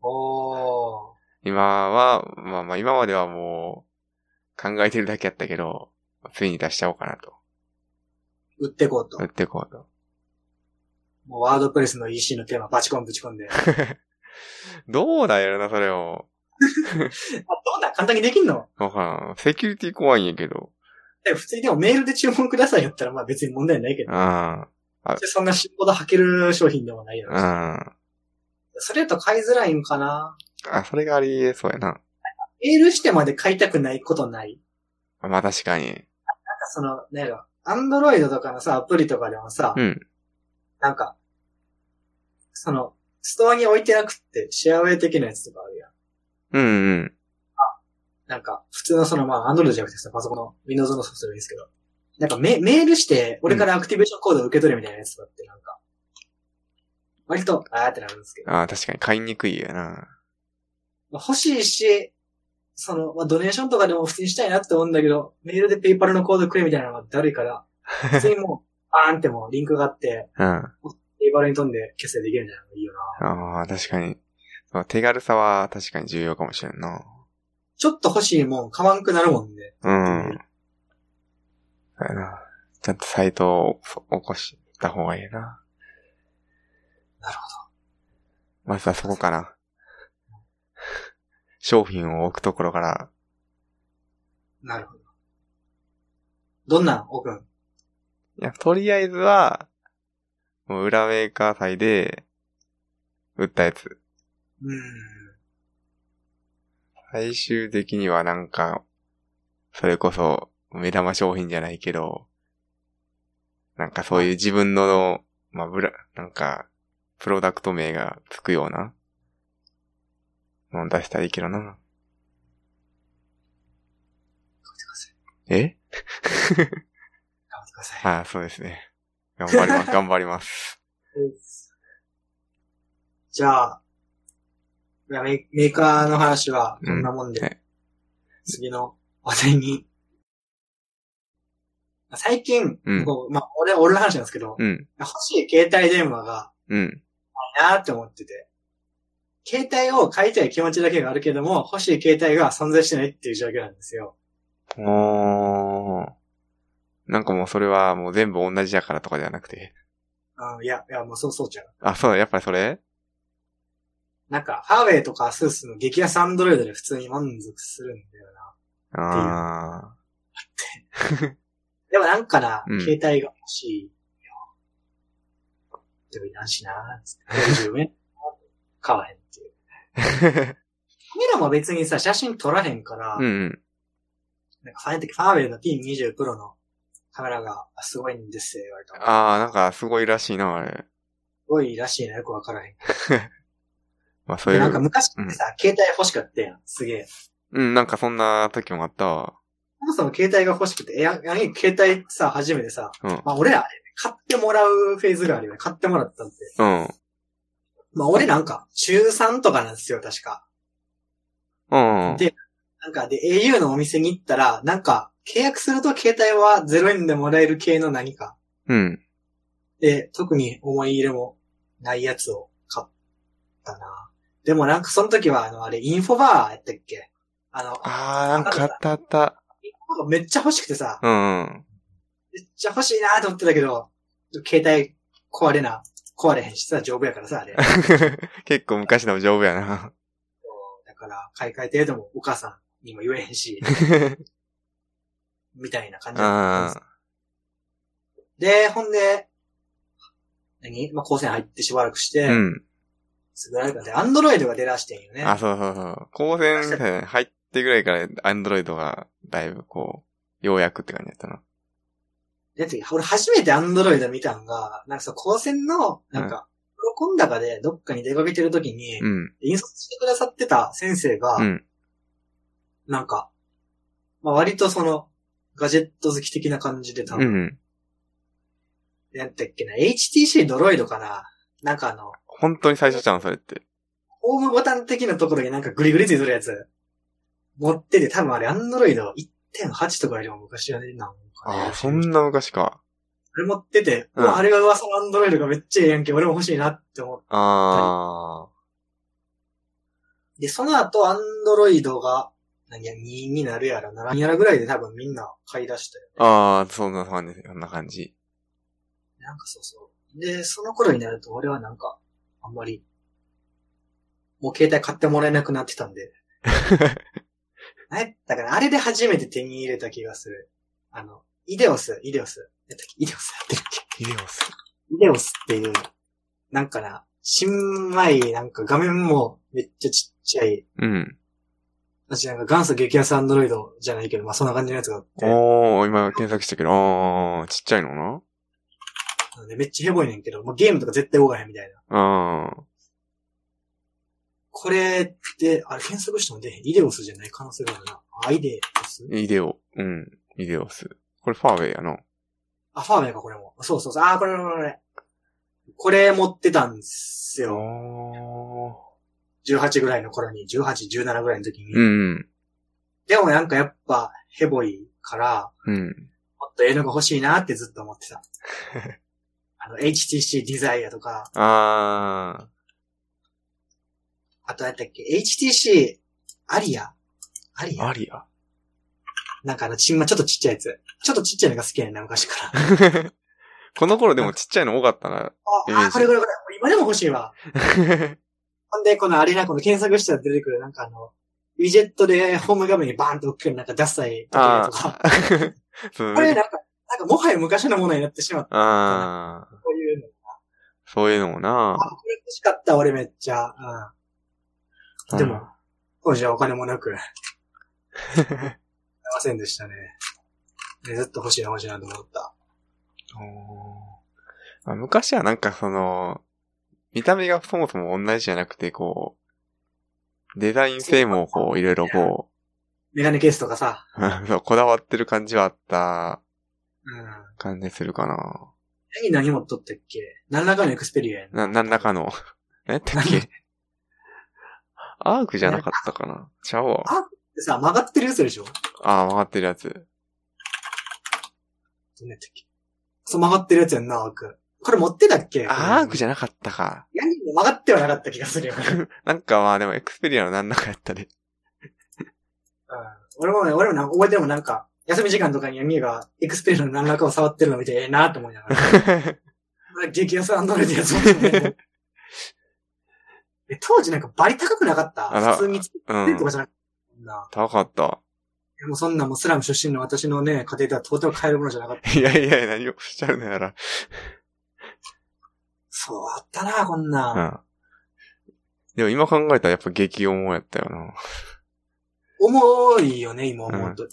Speaker 2: おー。
Speaker 1: 今は、まあまあ今まではもう、考えてるだけやったけど、ついに出しちゃおうかなと。
Speaker 2: 売ってこうと。
Speaker 1: 売ってこうと。
Speaker 2: もうワードプレスの EC のテーマバチコンぶち込んで。あ、
Speaker 1: どうだよな、それを。
Speaker 2: どんなん簡単にできんの
Speaker 1: わからん。セキュリティ怖いんやけど。
Speaker 2: え普通にでもメールで注文くださいやったら、まあ別に問題ないけど
Speaker 1: う。ん。
Speaker 2: でそんな死ぬほど履ける商品でもないや
Speaker 1: うん。
Speaker 2: ろ。
Speaker 1: あ、
Speaker 2: それだと買いづらいんかな。
Speaker 1: それがありえそうやな。
Speaker 2: メールしてまで買いたくないことない。
Speaker 1: まあ確かに。
Speaker 2: なんかその、なんやろ、アンドロイドとかのさ、アプリとかでもさ、
Speaker 1: うん。
Speaker 2: なんか、その、ストアに置いてなくって、シェアウェイ的なやつとかあるやん。
Speaker 1: うんうん。
Speaker 2: なんか、普通のその、まあ、アンドロイドじゃなくてさ、パソコンの Windows のソフトでもいいですけど。なんかメ、メールして、俺からアクティベーションコードを受け取るみたいなやつとかって、なんか、割と、あーってなるんですけど。
Speaker 1: ああ、確かに買いにくいよな。
Speaker 2: まあ、欲しいし、その、まあ、ドネーションとかでも普通にしたいなって思うんだけど、メールでペイパルのコードくれみたいなのがだるいから、普通にもう、 バーンってもうリンクがあって、
Speaker 1: うん。
Speaker 2: ペイパルに飛んで決済できるみたいなのがいいよな。
Speaker 1: ああ、確かに。そう手軽さは確かに重要かもしれんな。
Speaker 2: ちょっと欲しいもん買わんくなるもんで。
Speaker 1: うん。だよな。ちゃんとサイトを起こした方がいいな。
Speaker 2: なる
Speaker 1: ほど。まずはそこかな。商品を置くところから、
Speaker 2: なるほど。どんなん奥君。
Speaker 1: いや、とりあえずは、もう裏メーカー祭で、売ったやつ。
Speaker 2: うーん。
Speaker 1: 最終的にはなんか、それこそ、目玉商品じゃないけど、なんかそういう自分の、まあ、ブラ、なんか、プロダクト名がつくような、のを出したらいいけどな。え
Speaker 2: 頑張ってください。
Speaker 1: ああ、そうですね。頑張り ます、頑張ります。
Speaker 2: じゃあ、いやメメーカーの話はこんなもんで、
Speaker 1: うんはい
Speaker 2: 次の話題に。 最近、
Speaker 1: うん
Speaker 2: こうまあ、俺、俺の話なんですけど、
Speaker 1: うん、
Speaker 2: 欲しい携帯電話が
Speaker 1: うん、
Speaker 2: いいなって思ってて、携帯を買いたい気持ちだけがあるけども、欲しい携帯が存在してないっていう状況なんですよ。
Speaker 1: おー。なんかもうそれはもう全部同じだからとかじゃなくて。
Speaker 2: うん、いや、いや、もうそうそうちゃう。
Speaker 1: あ、そう、やっぱりそれ
Speaker 2: なんか、ファーウェイとかアスースの激安アンドロイドで普通に満足するんだよな。
Speaker 1: あ
Speaker 2: でもなんかな、
Speaker 1: うん
Speaker 2: 携帯が欲しいよ。でもいらんしな、つ って。50円買わへんっていう。
Speaker 1: ー。
Speaker 2: カメラも別にさ、写真撮らへんから、
Speaker 1: うん、うん。
Speaker 2: なんかファインテファーウェイの P20 プロのカメラがあすごいんですよ、言われたの。す
Speaker 1: ああ、なんかすごいらしいな、あれ。
Speaker 2: ごいらしいな、よくわからへん。
Speaker 1: まあそうい
Speaker 2: で
Speaker 1: う。
Speaker 2: なんか昔ってさ、携帯欲しかったやん、すげえ。
Speaker 1: うん、なんかそんな時もあったわ。
Speaker 2: そもそも携帯が欲しくて、え、や、やん携帯さ、初めてさ、
Speaker 1: うん。
Speaker 2: まあ俺ら、買ってもらうフェーズがあるよね。買ってもらったんで。
Speaker 1: うん。
Speaker 2: まあ俺なんか、中3とかなんですよ、確か。
Speaker 1: うん。
Speaker 2: でなんか、で、au のお店に行ったら、なんか、契約すると携帯は0円でもらえる系の何か。
Speaker 1: うん。
Speaker 2: で、特に思い入れもないやつを買ったな。でもなんか、その時は、あの、あれ、インフォバーやったっけあの、
Speaker 1: ああ、なんかあったあった。
Speaker 2: なんかめっちゃ欲しくてさ、
Speaker 1: うんうん。
Speaker 2: めっちゃ欲しいなと思ってたけど、携帯壊れな、壊れへんしさ、丈夫やからさ、あれ。
Speaker 1: 結構昔でも丈夫や な。
Speaker 2: だから、買い替えてでもお母さんにも言えへんし、みたいな感じだったんです
Speaker 1: あ
Speaker 2: で、ほんで、何まあ、高専入ってしばらくして、
Speaker 1: あ。うん。
Speaker 2: すぐらいかで、アンドロイドが出だしてんよね。
Speaker 1: あ、そうそうそう。高専生入ってぐらいから、アンドロイドが、だいぶこう、ようやくって感じだったな。
Speaker 2: だって、俺初めてアンドロイド見たんが、なんかさ、高専の、なんか、プロコンダかでどっかに出かけてる時に、
Speaker 1: うん。
Speaker 2: 引率してくださってた先生が、
Speaker 1: うん。
Speaker 2: なんか、まあ、割とその、ガジェット好き的な感じで多
Speaker 1: う
Speaker 2: 分、
Speaker 1: ん。
Speaker 2: なんてっけな、HTC ドロイドかななんかあの、
Speaker 1: 本当に最初じゃん、それって。
Speaker 2: ホームボタン的なところになんかグリグリついてるやつ。持ってて、多分あれ、アンドロイド1.8とかよりも昔はね、なんかね
Speaker 1: ああ、そんな昔か。
Speaker 2: あれ持ってて、
Speaker 1: うん
Speaker 2: うわあれが噂のアンドロイドがめっちゃええやんけ、俺も欲しいなって思っ
Speaker 1: あ
Speaker 2: て。で、その後、アンドロイドが、何や、2になるやら、7にならぐらいで多分みんな買い出したよ
Speaker 1: あ。ああ、そんな感じ、そんな感じ。
Speaker 2: ね。なんかそうそう。で、その頃になると俺はなんか、あんまり、もう携帯買ってもらえなくなってた んで。ね、だからあれで初めて手に入れた気がする。あの、イデオス、イデオス。やったっけイデオスやってるっけ
Speaker 1: ビデオス。
Speaker 2: イデオスっていう、なんかな、新米、なんか画面もめっちゃちっちゃい、
Speaker 1: うん。
Speaker 2: 私なんか元祖激安アンドロイドじゃないけど、まあそんな感じのやつがあって、な
Speaker 1: おー、今検索したけど、あー、ちっちゃいのな
Speaker 2: のでめっちゃヘボいねんけど、もうゲームとか絶対動かへんみたいな。
Speaker 1: あ
Speaker 2: これって、あれ検索しても出へん。イデオスじゃない可能性があるな。あ、イデオス
Speaker 1: ー、ビデオ、うん、ビデオス。これファーウェイやな。
Speaker 2: あ、ファーウェイか、これも。そうそうそう。あ、これこれこれ。これ持ってたんですよ。
Speaker 1: おー。
Speaker 2: 18ぐらいの頃に、18、17ぐらいの時に。
Speaker 1: うん、
Speaker 2: でもなんかやっぱ、ヘボいから、
Speaker 1: うん。
Speaker 2: もっとええのが欲しいなってずっと 思ってた。あの、HTC デザイアとか、
Speaker 1: あ
Speaker 2: あとやったっけ、HTC アリアありや
Speaker 1: ア。リア。
Speaker 2: なんかあの、ちんま、ちょっとちっちゃいやつ。ちょっとちっちゃいのが好きやねんな、昔から。あ
Speaker 1: この頃でもちっちゃいの多かったな。 イメー
Speaker 2: あ、
Speaker 1: ジ
Speaker 2: これこれこれ。今でも欲しいわ。ほんで、このあれな、この検索したら出てくる、なんかあの、ウィジェットでホーム画面にバーンと置くようななんかダサい時計 とか。
Speaker 1: そう
Speaker 2: これなんか、なんかもはや昔のものになってしまった。
Speaker 1: ああ、
Speaker 2: こういうの。
Speaker 1: そういうのもな
Speaker 2: あ、。これ欲しかった、俺めっちゃ。うん。でも、当時はお金もなく、買えませんでしたね。ねずっと欲しいな欲しいなと思った。
Speaker 1: うん、おーまあ昔はなんかその、見た目がそもそも同じじゃなくて、こう、デザイン性もこう、いろいろこ
Speaker 2: メガネケースとかさ。
Speaker 1: う、 そうこだわってる感じはあった
Speaker 2: うん。
Speaker 1: 感じするかな。
Speaker 2: 何何持っとったっけ何らかのエクスペリアやんな。
Speaker 1: な、何らかの。 何やったっ けアークじゃなかったかなちゃうわ。
Speaker 2: でさ、曲がってるやつでしょ
Speaker 1: ああ、曲がってるやつ。
Speaker 2: どんなやったっけそう曲がってるやつやんな、アーク。これ持ってたっけ
Speaker 1: あアーク
Speaker 2: ゃ。
Speaker 1: じゃなかったか。
Speaker 2: ヤニも曲がってはなかった気がするよ。うん。
Speaker 1: なんかまあでもエクスペリアの何らかやったで。
Speaker 2: 俺もね、俺もなんか覚えてるもんなんか、休み時間とかにミーがエクスペリアの何らかを触ってるの見て、ええなと思いながら。激安アンドロイドやつ持ってたねえ当時なんかバリ高くなかった
Speaker 1: あら
Speaker 2: 普通に作っ
Speaker 1: う
Speaker 2: てる
Speaker 1: ん
Speaker 2: とか。じゃなくて、そんな。
Speaker 1: 高かった。
Speaker 2: いやもうそんなもうスラム出身の私のね、家庭ではとても買えるものじゃなかった。
Speaker 1: いやいや、何をしちゃうのやら。
Speaker 2: そう、あったな、こんな。
Speaker 1: うんん。でも今考えたらやっぱ激重やったよな。
Speaker 2: 重いよね、今思うと。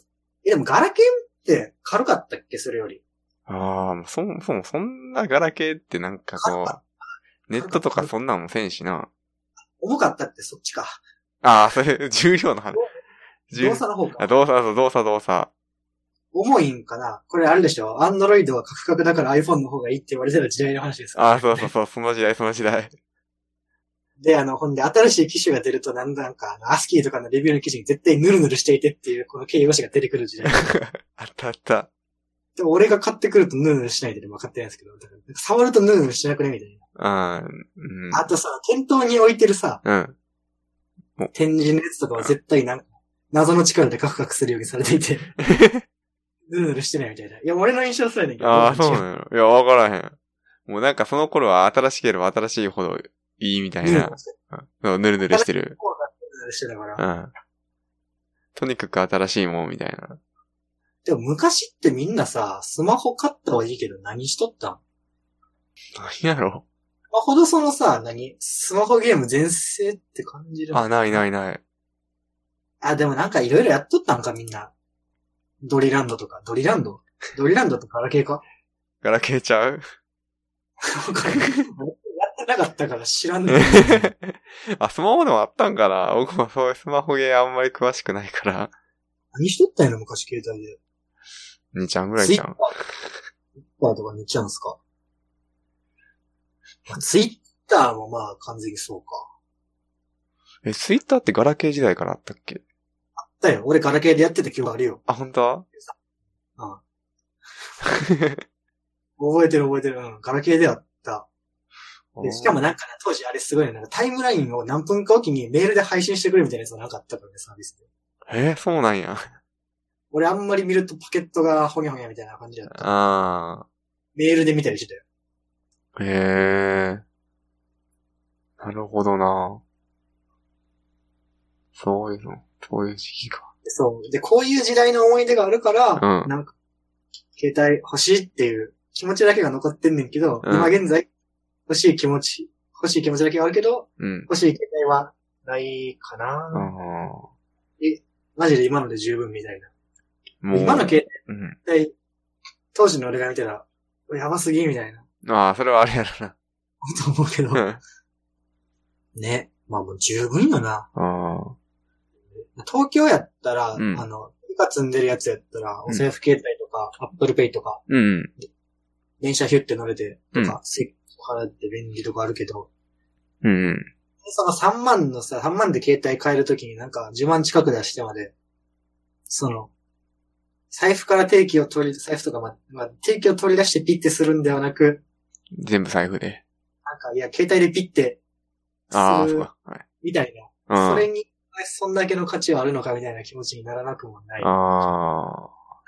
Speaker 2: え、でもガラケンって軽かったっけ、それより。
Speaker 1: ああ、もうそもそもそんなガラケーってなんかこう、ネットとかそんなんもせんしな。
Speaker 2: 重かったってそっちか。
Speaker 1: ああ、それ、 重量の話。重
Speaker 2: 動作の方か
Speaker 1: あ、。動作、そう動作、動作。
Speaker 2: 重いんかなこれあれでしょアンドロイドはカクカクだから iPhone の方がいいって言われてた時代の話ですよ
Speaker 1: ああ、そうそうそう、その時代、その時代。
Speaker 2: で、あの、ほんで、新しい機種が出ると、なんだか、あの、アスキーとかのレビューの記事に絶対ヌルヌルしていてっていう、この形容詞が出てくる時代。
Speaker 1: あったあった。
Speaker 2: でも、俺が買ってくるとヌルヌルしないでね、まあ買ってないんですけど、だからなんか触るとヌルヌルしなくねみたい
Speaker 1: うん。うん
Speaker 2: な。あとさ、店頭に置いてるさ、
Speaker 1: うん。
Speaker 2: 展示のやつとかは絶対なんか、謎の力でカクカクするようにされて いて、ヌルヌルしてないみたいな。いや、俺の印象そうやねんけど。
Speaker 1: ああ、そう
Speaker 2: 違う
Speaker 1: なの。いや、わからへん。もうなんかその頃は新しければ新しいほどいいみたい
Speaker 2: ヌル
Speaker 1: な
Speaker 2: ヌル。して
Speaker 1: うんそう、ぬるぬるしてる。
Speaker 2: こうなってヌルヌルしてたから。
Speaker 1: うん。とにかく新しいもんみたいな。
Speaker 2: でも、昔ってみんなさ、スマホ買ったはいいけど、何しとったん
Speaker 1: 何やろ
Speaker 2: スマホのそのさ、何スマホゲーム全盛って感じる。
Speaker 1: あ、
Speaker 2: あ、
Speaker 1: ないないない。
Speaker 2: でもなんかいろいろやっとったんか、みんな。ドリランドとか。ドリランドドリランドとかガラ ケーか
Speaker 1: ガラケーちゃ う
Speaker 2: わかんないやってなかったから知らんねん。
Speaker 1: あ、スマホでもあったんかな僕もそういうスマホゲーあんまり詳しくないから。
Speaker 2: 何しとったんやろ、昔携帯で。
Speaker 1: 2ちゃんぐらい
Speaker 2: ツイ
Speaker 1: ち
Speaker 2: ッ
Speaker 1: ゃ
Speaker 2: タ
Speaker 1: う。
Speaker 2: ー Twitter とかに行っちゃうんすか、まあ、ツイッターもまあ完全にそうか。
Speaker 1: え、ツイッターってガラケー時代からあったっけ
Speaker 2: だよ、俺ガラケーでやってた記憶あるよ。
Speaker 1: あ、本当
Speaker 2: 覚えてる覚えてる。うん、ガラケーであった。で、しかも
Speaker 1: な。
Speaker 2: なんかね、当時あれすごいね、なんかタイムラインを何分かおきにメールで配信してくれるみたいなやつがなかったからね、サービスで。
Speaker 1: えーそうなんや。
Speaker 2: 俺あんまり見るとパケットがほにゃほにゃみたいな感じだった。
Speaker 1: あ
Speaker 2: メールで見たりしてたよ。
Speaker 1: ー。へえ。なるほどな。そういうの。そういう時期か。
Speaker 2: でそう。で、こういう時代の思い出があるから、
Speaker 1: うん
Speaker 2: なんか、携帯欲しいっていう気持ちだけが残ってんねんけど、
Speaker 1: うん
Speaker 2: 今現在、欲しい気持ち、欲しい気持ちだけはあるけど、
Speaker 1: うん。
Speaker 2: 欲しい携帯はないか
Speaker 1: あ
Speaker 2: な、
Speaker 1: ー
Speaker 2: マジで今ので十分みたいな。
Speaker 1: もう。
Speaker 2: 今の携
Speaker 1: うん。
Speaker 2: 帯、当時の俺が見たら、やばすぎみたいな、
Speaker 1: ああ、それはあれやろな。
Speaker 2: と思うけど。
Speaker 1: うん。あ
Speaker 2: ね。まあもう十分よな。
Speaker 1: あ。
Speaker 2: 東京やったら、
Speaker 1: うん
Speaker 2: あの、いか積んでるやつやったら、
Speaker 1: ん
Speaker 2: お財布携帯とか、アップルペイとか、
Speaker 1: うん。
Speaker 2: 電車ヒュって乗れて、
Speaker 1: う
Speaker 2: と
Speaker 1: ん
Speaker 2: か、スイッチ払って便利とかあるけど、
Speaker 1: うん。
Speaker 2: その3万のさ、3万で携帯買えるときになんか10万近く出してまで、その、財布から定期を取り、財布とかま、まあ、定期を取り出してピッてするんではなく、
Speaker 1: 全部財布で。
Speaker 2: なんか、いや、携帯でピッて、
Speaker 1: ああ、
Speaker 2: す
Speaker 1: そう
Speaker 2: る
Speaker 1: か。はい。
Speaker 2: みたいな。
Speaker 1: うん。
Speaker 2: それに、そんだけの価値はあるのかみたいな気持ちにならなくもない。
Speaker 1: あ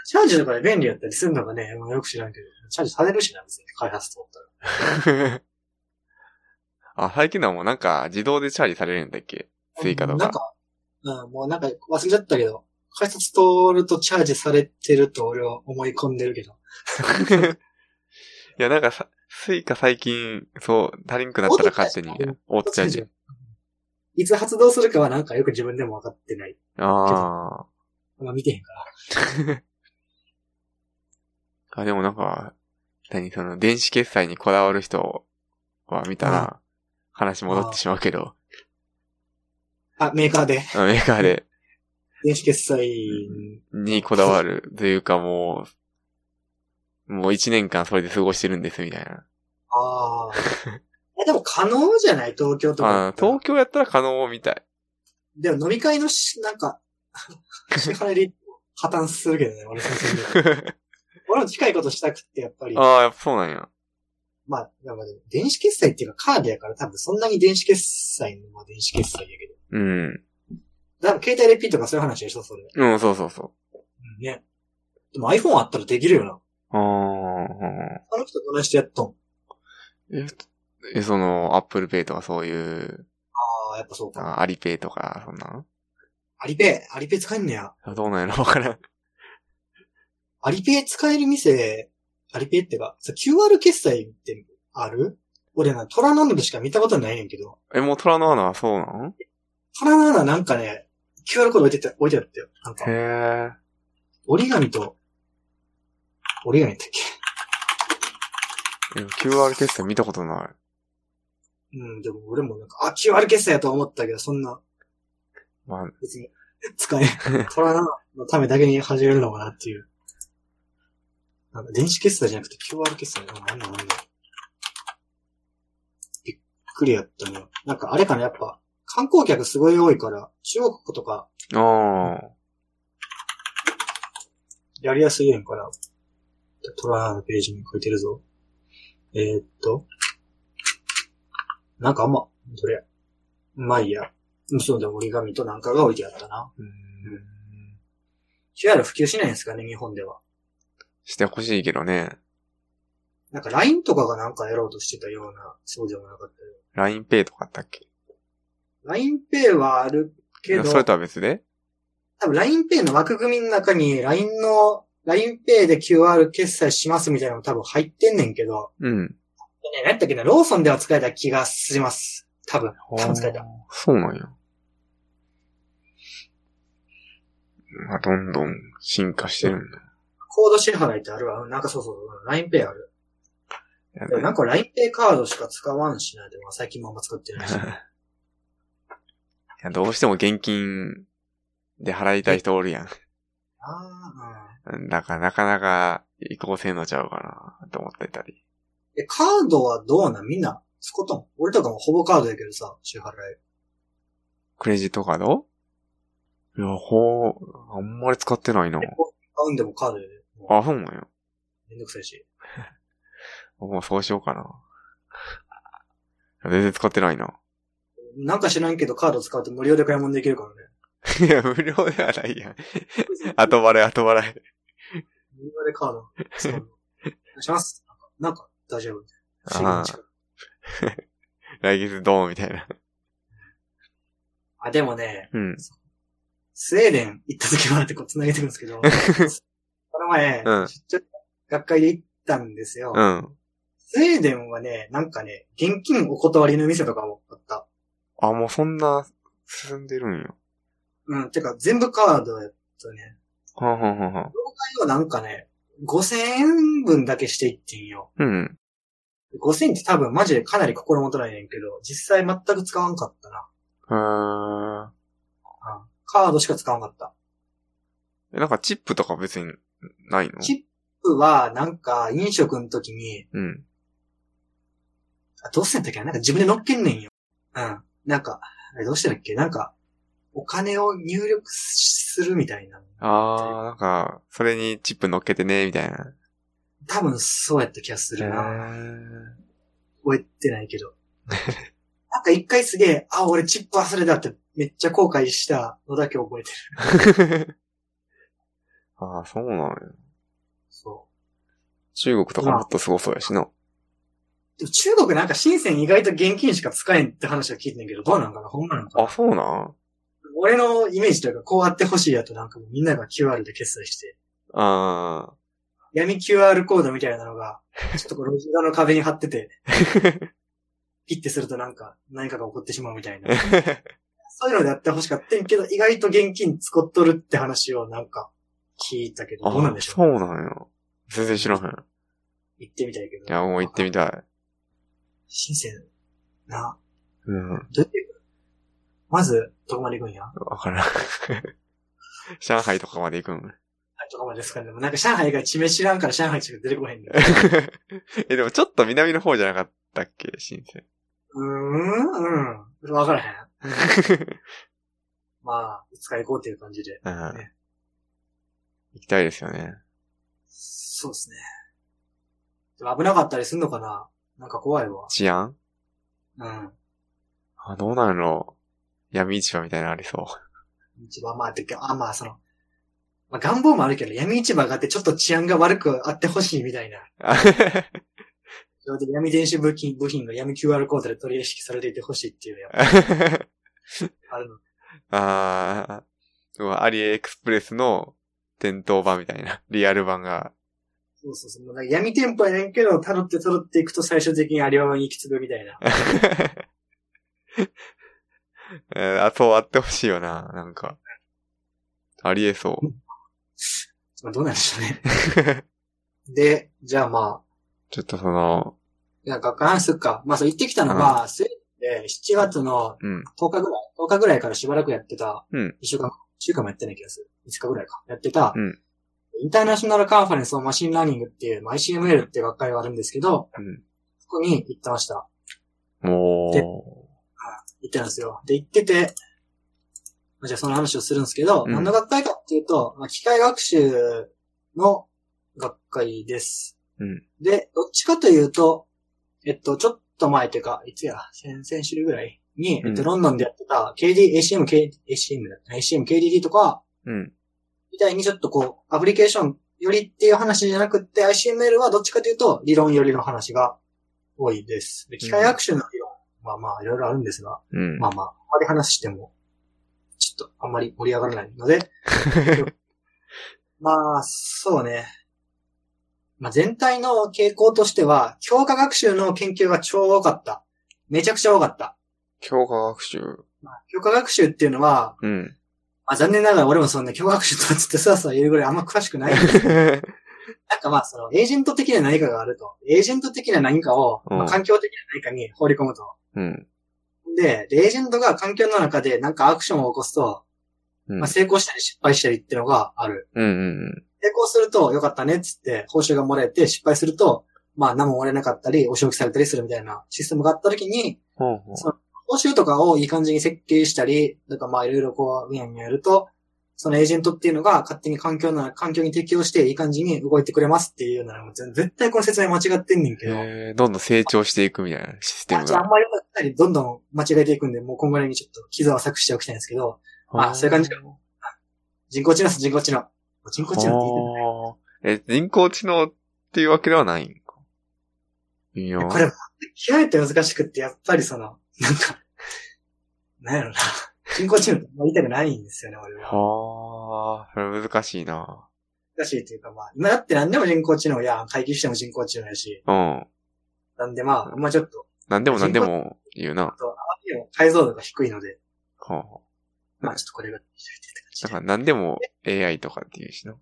Speaker 2: チャージとかで便利やったりするのがね、まあ、よく知らんけど、チャージされるしな、別に開発と思ったら。
Speaker 1: ー。 あ、最近のはもうなんか自動でチャージされるんだっけスイカと
Speaker 2: なん
Speaker 1: か。
Speaker 2: か、うん、もうなんか忘れちゃったけど、改札通るとチャージされてると俺は思い込んでるけど。
Speaker 1: いや、なんかさ、スイカ最近、そう、足りんくなったら勝手に
Speaker 2: オートチャージ、
Speaker 1: オートチャージ。
Speaker 2: いつ発動するかはなんかよく自分でも分かってない。
Speaker 1: あ
Speaker 2: あんま見てへんから。
Speaker 1: あ。あ、でもなんか、何、その、電子決済にこだわる人は見たら、話戻ってしまうけど、
Speaker 2: あ、メーカーで。
Speaker 1: あメーカーで、
Speaker 2: 電子決済、
Speaker 1: にこだわるというかもう、もう一年間それで過ごしてるんですみたいな。
Speaker 2: ああ。え、でも可能じゃない東京と
Speaker 1: あ
Speaker 2: か
Speaker 1: あ。東京やったら可能みたい。
Speaker 2: でも飲み会のし、な んか、支払いで破綻するけどね、俺先 生に。俺も近いことしたくって、やっぱり。
Speaker 1: ああ、やっぱそうなんや。
Speaker 2: まあ、なんかでも電子決済っていうかカードやから多分そんなに電子決済の、まあ電子決済やけど。
Speaker 1: うん。
Speaker 2: だから携帯レピーとかそういう話でしょ、それ。
Speaker 1: うん、そうそうそ
Speaker 2: うん、ね。でも iPhone あったらできるよな。
Speaker 1: う。ああ。
Speaker 2: あの人どないしてやっとん
Speaker 1: ええ、その、アップルペイとかそういう、
Speaker 2: ああ、やっぱそうか。
Speaker 1: あアリペイとか、そんな
Speaker 2: アリペイ、アリペイ使えんのや。
Speaker 1: のどうなんやろわからん。
Speaker 2: アリペイ使える店、アリペイってか、さ QR 決済ってある俺な、トラノーでしか見たことないねんけど、
Speaker 1: え、もう虎の穴はそうなの
Speaker 2: トラノーなんかね、QR コード置いてて、置いてあったよ。なんか、
Speaker 1: へえ。
Speaker 2: 折り紙と、折り紙だっ
Speaker 1: でも QR 決済見たことない。
Speaker 2: けうん、でも俺もなんか、あ、QR 決済やと思ったけど、そんな、
Speaker 1: まあ、
Speaker 2: 別に、使え、トラノーのためだけに始めるのかなっていう。なんか電子決済じゃなくて QR 決済なんかあんのあんのびっくりやったね。なんかあれかな、やっぱ、観光客すごい多いから、中国とか
Speaker 1: あ
Speaker 2: やりやすいやんから、トラナのページに書いてるぞ。えー、っと、なんかあんま、どれや。まあいいや。うんそうだ、折り紙となんかが置いてあったな。
Speaker 1: ー。
Speaker 2: QR 普及しないんですかね、日本では。
Speaker 1: してほしいけどね。
Speaker 2: なんか LINE とかがなんかやろうとしてたような、そうでもなかったよ。
Speaker 1: LINEPay とかあったっけ
Speaker 2: LINEPay はあるけど、
Speaker 1: それとは別で
Speaker 2: 多分 LINEPay の枠組みの中に LINE の、LINEPay で QR 決済しますみたいなの多分入ってんねんけど、
Speaker 1: うん。
Speaker 2: ね、何やったっけな、ローソンでは使えた気がします。多分。多分使え
Speaker 1: あ
Speaker 2: た
Speaker 1: ー。そうなんや。まあ、どんどん進化してるんだ。
Speaker 2: コード支払いってあるわ。うんなんかそうそう、LINEPay ある。でもなんか LINEPay カードしか使わんしな、でも最近もあんま使っ てないし。
Speaker 1: いや、どうしても現金で払いたい人おるやん。
Speaker 2: あーうん
Speaker 1: だからなかなか移行せんのちゃうかなと思ってたり。
Speaker 2: え、カードはどうなんみんな、スコトン。俺とかもほぼカードやけどさ、支払い。
Speaker 1: クレジットカードいや、ほう、あんまり使ってないな。
Speaker 2: 買うんでもカードで、も
Speaker 1: あ、そうなんや。
Speaker 2: うめんどくさいし。
Speaker 1: もうそうしようかな。全然使ってないな。
Speaker 2: なんか知らんけどカード使うと無料で買い物できるからね。
Speaker 1: いや、無料ではない やん。後払い、後払い。
Speaker 2: 無料でカード。そ うお願いします。なんか、なんか大丈夫。不思議
Speaker 1: あ
Speaker 2: な
Speaker 1: ー
Speaker 2: 力
Speaker 1: 来月ドーンみたいな。
Speaker 2: あ、でもね、
Speaker 1: うん。
Speaker 2: スウェーデン行った時もあってこう繋げてるんですけど、この前、
Speaker 1: うん
Speaker 2: 出張学会で行ったんですよ、
Speaker 1: うん。
Speaker 2: スウェーデンはね、なんかね、現金お断りの店とかもあった。
Speaker 1: あ、もうそんな進んでるんよ。
Speaker 2: うん、てか全部カードやったね。
Speaker 1: はんはんはんはん。
Speaker 2: 要はなんかね、5000円分だけしていってんよ。
Speaker 1: うん。
Speaker 2: 5000円って多分マジでかなり心もとないねんけど、実際全く使わんかったな。
Speaker 1: へー
Speaker 2: うんカードしか使わんかった。
Speaker 1: え、なんかチップとか別にないの
Speaker 2: チップは、なんか、飲食の時に、
Speaker 1: うん。
Speaker 2: あどうしてんだっけななんか自分で乗っけんねんよ。うん。なんか、あれどうしてたっけなんか、お金を入力するみたいな。
Speaker 1: あー、なんか、それにチップ乗っけてね、みたいな。
Speaker 2: 多分そうやった気がするな。覚えてないけど。なんか一回すげえ、あ、俺チップ忘れたってめっちゃ後悔したのだけ覚えて る。
Speaker 1: ああ、そうなのよ。
Speaker 2: そ
Speaker 1: 中国とかもっと凄そうやしな。
Speaker 2: う。でも中国なんか深圳意外と現金しか使えんって話は聞いてんけど、どうなんかなほんまなんかな
Speaker 1: あ、そうなん
Speaker 2: 俺のイメージというか、こうあってほしいやとなんかもうみんなが QR で決済して、
Speaker 1: あ
Speaker 2: 闇 QR コードみたいなのが、ちょっとこう路地裏の壁に貼って て、ピッてするとなんか、何かが起こってしまうみたいな
Speaker 1: あ。。
Speaker 2: そういうのでやってほしかったんやけど、意外と現金使っとるって話をなんか聞いたけど、どうなん
Speaker 1: あ
Speaker 2: でしょう
Speaker 1: そうなんや。全然知らへん。い
Speaker 2: 行ってみたいけど。
Speaker 1: や、もう行ってみたい。
Speaker 2: 深圳、な、
Speaker 1: うん。
Speaker 2: どうやって行くまず、どこまで行くんや
Speaker 1: わからん。 上海とかまで行くん
Speaker 2: どこまでですかねでもなんか上海が地名知らんから上海しか出てこへん ねん
Speaker 1: え、でもちょっと南の方じゃなかったっけ深圳。
Speaker 2: うーん、うん。わからへん。 まあ、いつか行こうっていう感じで。
Speaker 1: うん。行
Speaker 2: ね
Speaker 1: きたいですよね。
Speaker 2: そうですね。でも危なかったりすんのかななんか怖いわ。
Speaker 1: 治安
Speaker 2: うん。
Speaker 1: あ、どうなんやろう闇市場みたいなのありそう。
Speaker 2: 一番まあ、てか、あ、まあその、まあ願望もあるけど、闇市場があってちょっと治安が悪くあってほしいみたいな。
Speaker 1: あ
Speaker 2: それで闇電子部品、部品が闇 QR コードで取り引きされていてほしいっていうのがあるの。
Speaker 1: あーうわアリエクスプレスの店頭版みたいな、リアル版が。
Speaker 2: そうそうそう。もうなんか闇店舗やねんけど、辿って辿っていくと最終的にアリババに行き継ぐみたいな。
Speaker 1: えーあ、そうあってほしいよな、なんか。ありえそう。
Speaker 2: まあどうなんでしょうね。で、じゃあま
Speaker 1: ちょっとその、
Speaker 2: あ、なんか話すっか。まあそう行ってきたの
Speaker 1: う
Speaker 2: が、スウェーデンで7月の
Speaker 1: うん。
Speaker 2: 10日ぐらい、10日ぐらいからしばらくやってた、
Speaker 1: うん
Speaker 2: 1週間、1週間もやってない気がする。5日ぐらいか。やってた、
Speaker 1: うん
Speaker 2: インターナショナルカンファレンスオンマシンラーニングっていう、まあ ICML っていう学会があるんですけど、
Speaker 1: うん
Speaker 2: そこに行ってました。
Speaker 1: も
Speaker 2: 行ってたんですよ。で、行ってて、まあじゃあその話をするんですけど、
Speaker 1: うん
Speaker 2: 何の学会かっていうと、まあ、機械学習の学会です。
Speaker 1: うん
Speaker 2: で、どっちかというと、えっと、ちょっと前というか、いつや、先々週ぐらいに、えっ
Speaker 1: う
Speaker 2: と、
Speaker 1: ん
Speaker 2: ロンドンでやってた KD、ACM、K、ACM だったね ACM、KDD とか、
Speaker 1: う、うん。
Speaker 2: みたいにちょっとこう、アプリケーションよりっていう話じゃなくって、ICML はどっちかというと、理論よりの話が多いです。で機械学習の理論はまあ、いろいろあるんですが、
Speaker 1: うん。
Speaker 2: まあまあ、あまり話しても、ちょっとあんまり盛り上がらないので、まあ、そうね。まあ全体の傾向としては、強化学習の研究が超多かった。めちゃくちゃ多かった。
Speaker 1: 強化学習。
Speaker 2: 強化学習っていうのは、
Speaker 1: うん。
Speaker 2: まあ残念ながら俺もそんな強化学習とはつってさらさら言うぐらいあんま詳 しくないんですけどなんかまあ、その、エージェント的な何かがあると。エージェント的な何かを、
Speaker 1: うん
Speaker 2: まあ環境的な何かに放り込むと。
Speaker 1: うん。
Speaker 2: で、でエージェントが環境の中で何かアクションを起こすと、
Speaker 1: うん
Speaker 2: まあ、成功したり失敗したりっていうのがある。
Speaker 1: うんうん
Speaker 2: 成功すると、よかったねっつって、報酬がもらえて、失敗すると、まあ、何ももらえなかったり、お仕置きされたりするみたいなシステムがあった時に、
Speaker 1: ほうほう
Speaker 2: 報酬とかをいい感じに設計したり、なんかまあ、いろいろこう、ウィンウィンやると、そのエージェントっていうのが勝手に環境の、環境に適応していい感じに動いてくれますっていうのは、もう全絶対この説明間違ってんねんけど。
Speaker 1: えー、どんどん成長していくみたいなシステム
Speaker 2: あん
Speaker 1: が。
Speaker 2: まり良かったり、どんどん間違えていくんで、もうこんぐらいにちょっと傷は浅くしておきたいんですけど、あそういう感じか人工知能です、人工知能。人工知能って言って
Speaker 1: あーえ、人工知能っていうわけではないんか。微妙。
Speaker 2: るこれ、極めて難しくって、やっぱりその、なんか、なんやろな。人工知能って言いたくないんですよね、俺は。
Speaker 1: はあ、それ難しいな。
Speaker 2: 難しいというか、まあ、今だって何でも人工知能や、会議しても人工知能やし、
Speaker 1: うん。
Speaker 2: なんでまあ、まあちょっと、
Speaker 1: なんでもなんでも言うな。
Speaker 2: 解像度が低いので、
Speaker 1: はあはあ、
Speaker 2: まあちょっとこれが、しといてって感じ
Speaker 1: だ
Speaker 2: で
Speaker 1: からなんでも AI とかっていうしな。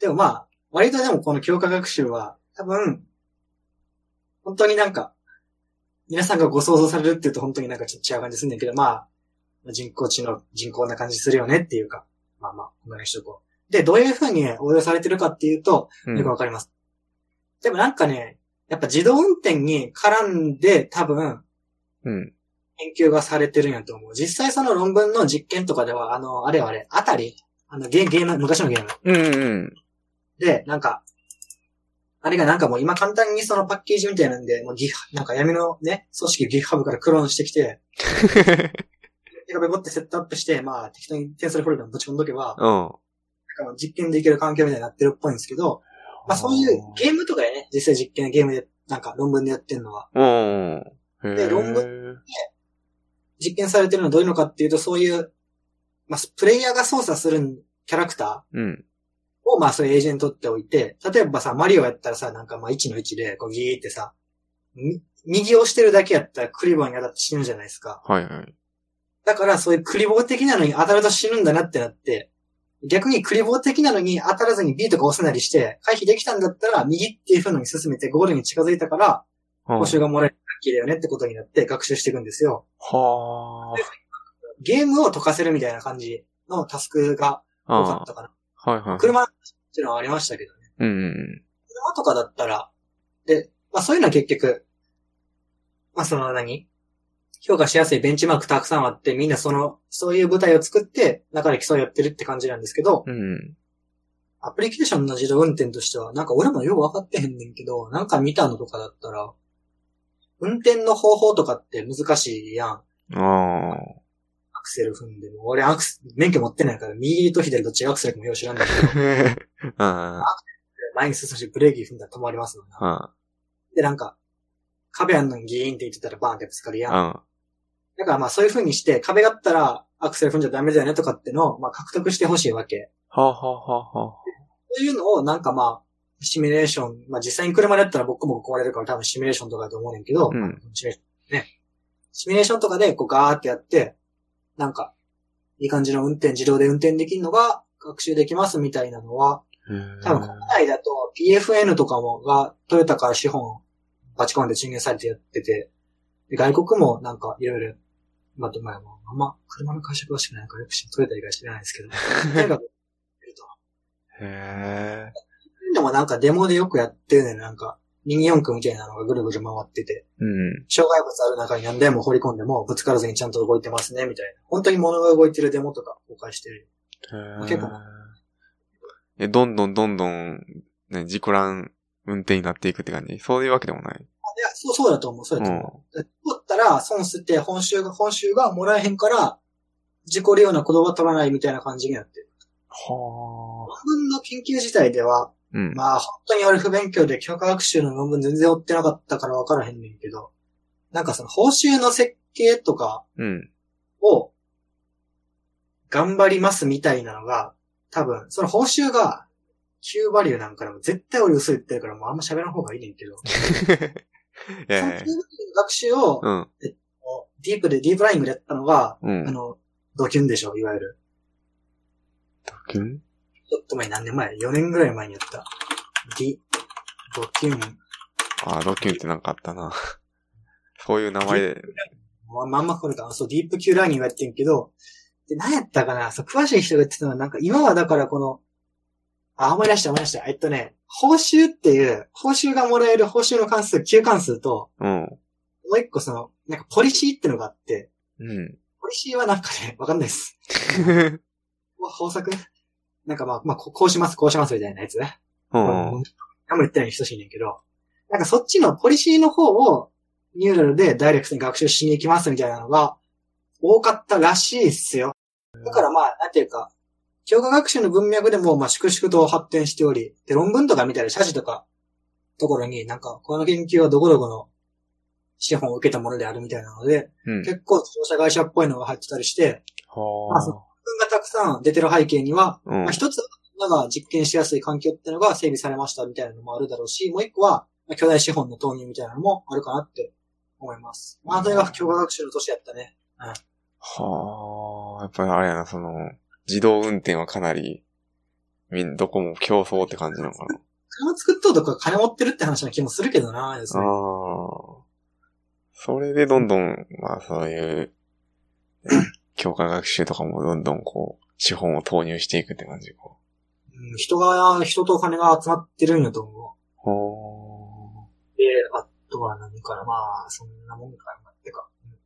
Speaker 2: でもまあ、割とでもこの強化学習は、多分、本当になんか、皆さんがご想像されるっていうと本当になんかちょっと違う感じするんだけど、まあ、人工知能、人工な感じするよねっていうか、まあまあ、こんなにしとこう。で、どういうふうに応用されてるかっていうと、
Speaker 1: う
Speaker 2: よく
Speaker 1: ん。
Speaker 2: わかります。でもなんかね、やっぱ自動運転に絡んで多分、
Speaker 1: うん。
Speaker 2: 研究がされてるんやと思う。実際その論文の実験とかでは、あの、あれはあれ、あたりあの、ゲゲーム、昔のゲーム。
Speaker 1: うんうん。
Speaker 2: で、なんか、あれがなんかもう今簡単にそのパッケージみたいなんで、もうギなんか闇のね、組織 GitHub からクローンしてきて、ペコペコってセットアップして、まあ適当にテンソルフォルダにぶち込んどけば、
Speaker 1: うん。
Speaker 2: なんか実験できる環境みたいになってるっぽいんですけど、まあそういうゲームとかでね、実際実験ゲームで、なんか論文でやってるのは、
Speaker 1: うん。へ
Speaker 2: で論
Speaker 1: 文。
Speaker 2: 実験されてるのはどういうのかっていうと、そういう、まあプレイヤーが操作するキャラクター、
Speaker 1: うん。
Speaker 2: を、まあ、そういうエージェントっておいて、例えばさ、マリオやったらさ、なんかまあ、1の1で、こう、ギーってさ、み右を押してるだけやったらクリボーに当たって死ぬじゃないですか。
Speaker 1: はいはい。
Speaker 2: だから、そういうクリボー的なのに当たると死ぬんだなってなって、逆にクリボー的なのに当たらずに B とか押せなりして、回避できたんだったら、右っていう風のに進めてゴールに近づいたから、
Speaker 1: うん
Speaker 2: 報酬がもらえるラッキーだよねってことになって学習していくんですよ。
Speaker 1: は
Speaker 2: ゲームを解かせるみたいな感じのタスクが
Speaker 1: あ。
Speaker 2: 多か
Speaker 1: あ
Speaker 2: ったかな。
Speaker 1: あ。はいはい。
Speaker 2: 車っていうのはありましたけどね。
Speaker 1: うんうん
Speaker 2: 車とかだったら、で、まあそういうのは結局、まあその何評価しやすいベンチマークたくさんあって、みんなその、そういう舞台を作って、中で競い合ってるって感じなんですけど、
Speaker 1: うん。うんうん。
Speaker 2: アプリケーションの自動運転としては、なんか俺もよくわかってへんねんけど、なんか見たのとかだったら、運転の方法とかって難しいやん。
Speaker 1: ああ。
Speaker 2: アクセル踏んでも。俺アクセ、免許持ってないから、右と左どっちがアクセルかもよう知らんだけど、
Speaker 1: あ
Speaker 2: 前に進むしブレーキ踏んだら止まりますもんな。
Speaker 1: あ。
Speaker 2: で、なんか、壁あんのにギーンって言ってたらバーンってぶつかるやん。
Speaker 1: あ
Speaker 2: だからまあそういう風にして、壁があったらアクセル踏んじゃダメだよねとかってのを、まあ獲得してほしいわけ。
Speaker 1: はははは。
Speaker 2: そういうのをなんかまあ、シミュレーション、まあ実際に車だったら僕も壊れるから多分シミュレーションとかだと思うねんけど、
Speaker 1: うん。
Speaker 2: シミュレーションね。シミュレーションとかでこうガーってやって、なんか、いい感じの運転、自動で運転できるのが学習できますみたいなのは、多分国内だと PFN とかもがトヨタから資本をバチコンで注入されてやってて、で外国もなんかいろいろ、まあ、まあ、あんま車の会社詳しくないからよく知トヨタ以外知らないですけど、とにかく、
Speaker 1: へえ。
Speaker 2: でもなんかデモでよくやってるね、なんか、ミニ四駆みたいなのがぐるぐる回ってて、
Speaker 1: うん。
Speaker 2: 障害物ある中に何台も放り込んでもぶつからずにちゃんと動いてますね、みたいな。本当に物が動いてるデモとか公開してる。
Speaker 1: 結構。え、どんどんどんどん、ね、事故らん運転になっていくって感じそういうわけでもない。
Speaker 2: いや、そう、そうだと思う、そう
Speaker 1: う。。
Speaker 2: だと思うん取ったら損捨てて、報酬が、報酬がもらえへんから、自己利用な言葉取らないみたいな感じになってる。
Speaker 1: はあ。
Speaker 2: 論文の研究自体では、
Speaker 1: うん。
Speaker 2: まあ本当に俺不勉強で教科学習の論文全然追ってなかったから分からへんねんけど、なんかその報酬の設計とか
Speaker 1: うん。
Speaker 2: を、頑張りますみたいなのが、多分、その報酬が、Q バリューなんかでも絶対俺嘘言ってるからもうあんま喋らん方がいいねんけど、そ
Speaker 1: え
Speaker 2: の
Speaker 1: え
Speaker 2: Q バリュー。の学習を、
Speaker 1: うん。
Speaker 2: ディープでディープライングでやったのが、
Speaker 1: う
Speaker 2: あ
Speaker 1: ん。
Speaker 2: の、ドキュンでしょ、いわゆる。
Speaker 1: うん
Speaker 2: ちょっと前、何年前 ?4 年ぐらい前にやった。ディ、ドキュン。
Speaker 1: あ、ロキュンってなんかあったな。 そういう名前で。
Speaker 2: ままんまこれか。そう、ディープ級ラーニングやってんけど、で、何やったかなそう、詳しい人が言ってたのは、なんか今はだからこの、あ、思い出した思い出した。えっとね、報酬っていう、報酬がもらえる報酬の関数、級関数と、
Speaker 1: うん。
Speaker 2: もう一個その、なんかポリシーってのがあって、
Speaker 1: うん。
Speaker 2: ポリシーはなんかね、わかんないです。うわ方策なんかまあ、まあ、ここうします、こうしますみたいなやつね。
Speaker 1: うん。
Speaker 2: 何も言ってないに等しいねんけど、なんかそっちのポリシーの方をニューラルでダイレクトに学習しに行きますみたいなのが多かったらしいっすよ。だからまあ、なんていうか、教科学習の文脈でもまあ粛々と発展しており、で、論文とか見たり、写真とか、ところになんか、この研究はどこどこの資本を受けたものであるみたいなので、
Speaker 1: うん。
Speaker 2: 結構自動車会社っぽいのが入ってたりして、あ
Speaker 1: は
Speaker 2: そ論文がたくさん出てる背景には、
Speaker 1: あ。うん
Speaker 2: まあ、。一つは、みんなが実験しやすい環境っていうのが整備されましたみたいなのもあるだろうし、もう一個は、まあ巨大資本の投入みたいなのもあるかなって思います。まあ、それが教科学習の年やったね。
Speaker 1: はあ。やっぱりあれやな、その、自動運転はかなり、みん、どこも競争って感じなのかな。
Speaker 2: 車作っとうとか金持ってるって話な気もするけどな、です
Speaker 1: あ
Speaker 2: ね。
Speaker 1: あ。それでどんどん、まあそういう、教科学習とかもどんどんこう、資本を投入していくって感じか。
Speaker 2: うん、人が、人とお金が集まってるんやと思
Speaker 1: は
Speaker 2: う。で、あとは何から、まあ、そんなもんかなってか。うん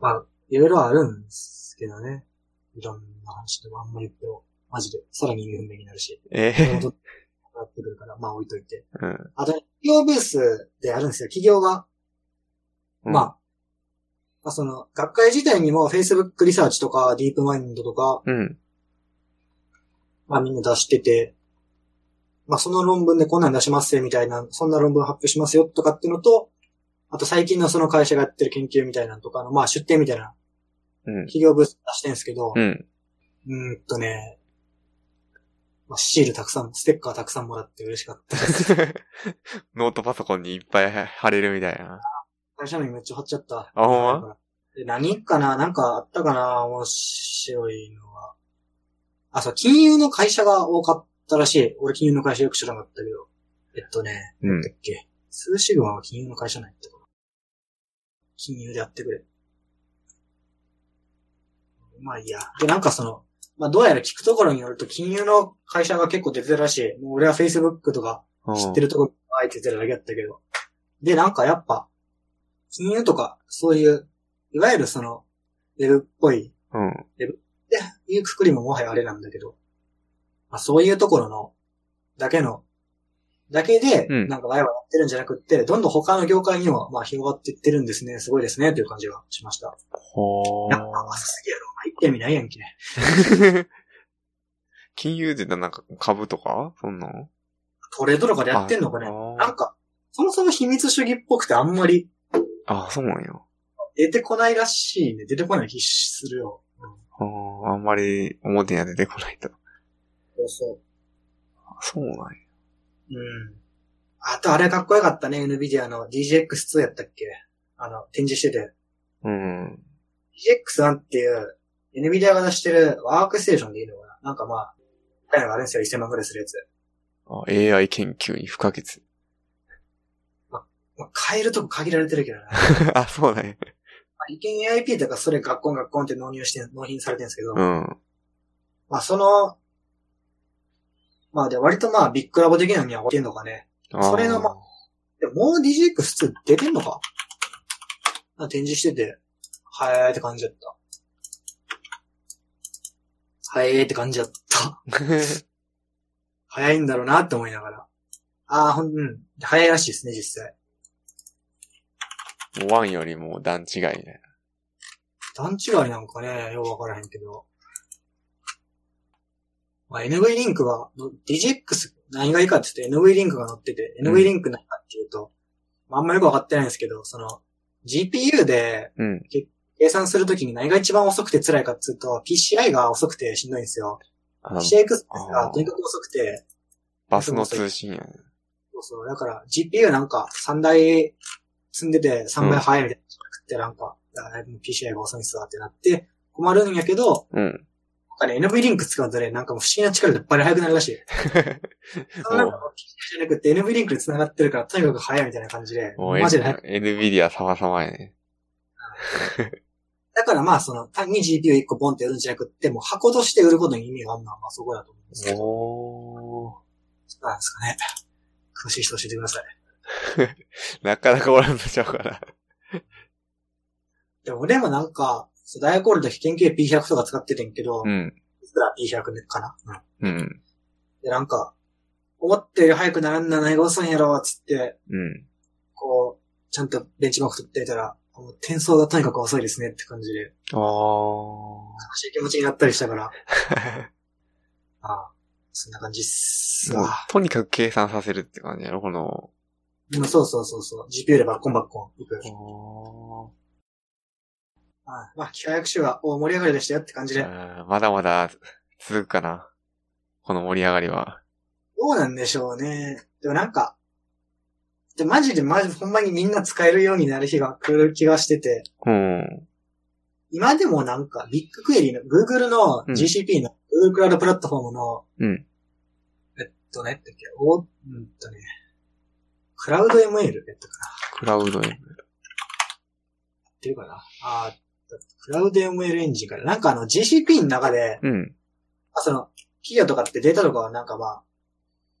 Speaker 2: まあ、いろいろあるんですけどね。 いろんな話でもあんまり言っても、マジで、さらに有名になるし。
Speaker 1: ええ
Speaker 2: なってるまあ置いといて。
Speaker 1: うん。
Speaker 2: あと、企業ブースであるんですよ。企業が、
Speaker 1: うん
Speaker 2: まあ、まあその、学会自体にも Facebook リサーチとか、ディープマインドとか、
Speaker 1: うん。
Speaker 2: まあみんな出してて、まあその論文でこんなん出しますよみたいな、そんな論文発表しますよとかっていうのと、あと最近のその会社がやってる研究みたいなのとかの、まあ出展みたいな
Speaker 1: うん。
Speaker 2: 企業ブース出してるんですけど、
Speaker 1: うん。
Speaker 2: うーんとね、まあ、シールたくさん、ステッカーたくさんもらって嬉しかったです。
Speaker 1: ノートパソコンにいっぱい貼れるみたいな。
Speaker 2: 会社のにめっちゃ貼っちゃった。
Speaker 1: あ、ほんま
Speaker 2: で何かななんかあったかな面白いのは。あ、そう、金融の会社が多かったらしい。俺金融の会社よく知らなかったけど。えっとね、
Speaker 1: うん
Speaker 2: なん。だっけ。数シグマは金融の会社なんやったかな。金融でやってくれ。まあいいや。で、なんかその、まあどうやら聞くところによると金融の会社が結構出てるらしい。もう俺は Facebook とか知って
Speaker 1: る。
Speaker 2: るとこあえて出るだけだったけど。で、なんかやっぱ、金融とか、そういう、いわゆるその、ウェブっぽい、
Speaker 1: うん。
Speaker 2: で、いうくくりももはやあれなんだけど、まあそういうところの、だけの、だけで、
Speaker 1: うん
Speaker 2: なんかワイワイやってるんじゃなくって、どんどん他の業界にも、まあ広がっていってるんですね、すごいですね、という感じがしました。
Speaker 1: ほ
Speaker 2: なんか、あ、すげえやろ、入ってみないやんけ。
Speaker 1: ー。 金融でなんか株とかそんなん
Speaker 2: トレードとかでやってんのかね。
Speaker 1: あ
Speaker 2: なんか、そもそも秘密主義っぽくてあんまり
Speaker 1: あ、そうなんや。
Speaker 2: 出てこないらしいね。出てこない気するよ。うん
Speaker 1: あーあんまり表には出てこないと。
Speaker 2: そうそ
Speaker 1: あそうなんや。
Speaker 2: う。うん。あとあれかっこよかったね、NVIDIA の DGX2 やったっけあの、展示してて。
Speaker 1: うん。
Speaker 2: DGX1 っていう、NVIDIA が出してるワークステーションでいいのかななんかまあ、高いのがあるんですよ、1000万くらいするやつ。
Speaker 1: あ AI 研究に不可欠。
Speaker 2: まあ、買えるとこ限られてるけどね。
Speaker 1: あ、そうなんや。
Speaker 2: 意見 AIP とかそれ学校学校って納入して、納品されてるんですけど、
Speaker 1: うん。
Speaker 2: まあその、まあで割とまあビッグラボ的なのには置いてんのかね。それ がまあでももう DGX2 出てんのかあ展示してて、はえーって感じだった。はえーって感じだった。
Speaker 1: あー
Speaker 2: 早いんだろうなって思いながら。ああ、ほん、うん。早いらしいですね、実際。
Speaker 1: もうワンよりも段違いね。
Speaker 2: 段違いなんかね、ようわからへんけど。まあ、NV リンクは、の DGX 何がいいかって言って NV リンクが載ってて、
Speaker 1: うん
Speaker 2: NV リンク何かっていうと、まああんまよくわかってないんですけど、その、GPU で、
Speaker 1: うん。
Speaker 2: 計算するときに何が一番遅くて辛いかっつうと、PCI が遅くてしんどいんですよ。
Speaker 1: あの
Speaker 2: PCI エクスプレス
Speaker 1: あ
Speaker 2: が
Speaker 1: ー
Speaker 2: とにかく遅くて、
Speaker 1: バスの通信やね。
Speaker 2: そうそう。だから GPU なんか3台積んでて3倍早いみたいなじゃなくて、なんか、だから PCI が遅いんすわってなって困るんやけど、
Speaker 1: うん。
Speaker 2: なんかね、NV リンク使うとね、なんかもう不思議な力でバリ速くなるらしい。そのなんか PCI じゃなくて NV リンクで繋がってるからとにかく早いみたいな感じで、
Speaker 1: もう、え
Speaker 2: マジで速い
Speaker 1: NVIDIA 様々やね。
Speaker 2: だからまあその単に GPU1 個ボンって売るんじゃなくって、もう箱として売ることに意味があるのはまあそこだと思うんですけど。
Speaker 1: お
Speaker 2: なんですかね。詳しい人教えてください。
Speaker 1: なかなかおらんとちゃうから。
Speaker 2: でも俺もなんか、そう大学おる時研究 P100 とか使っててんけど、
Speaker 1: うん。
Speaker 2: いくら P100 かな、うん、
Speaker 1: うん。
Speaker 2: で、なんか、思ったより早くならんなないが遅いんやろ、つって、
Speaker 1: うん。
Speaker 2: こう、ちゃんとベンチマーク取ってみたら、もう転送がとにかく遅いですねって感じで、悲
Speaker 1: ああ。
Speaker 2: しい気持ちになったりしたから、ああ、そんな感じっす
Speaker 1: もう
Speaker 2: わ。、
Speaker 1: とにかく計算させるって感じやろ、この。
Speaker 2: でもそうそうそうそう、GPU でバッコンバッコンいく。ああまあ、機械学習は大盛り上がりでしたよって感じで、
Speaker 1: うんまだまだ続くかな。この盛り上がりは。
Speaker 2: どうなんでしょうね。でもなんか、でマジでマジ、ほんまにみんな使えるようになる日が来る気がしてて、
Speaker 1: うん。
Speaker 2: 今でもなんか、ビッグクエリの、Google の
Speaker 1: うん
Speaker 2: GCP の Google クラウドプラットフォームの、
Speaker 1: うん
Speaker 2: えっとね、だっけ、お、うんとね、クラウド ML やったかな
Speaker 1: クラウドへ。
Speaker 2: 合ってるかなあークラウド ML エンジンから、なんかあの GCP の中で、
Speaker 1: うん。
Speaker 2: まあその、企業とかってデータとかはなんかまあ、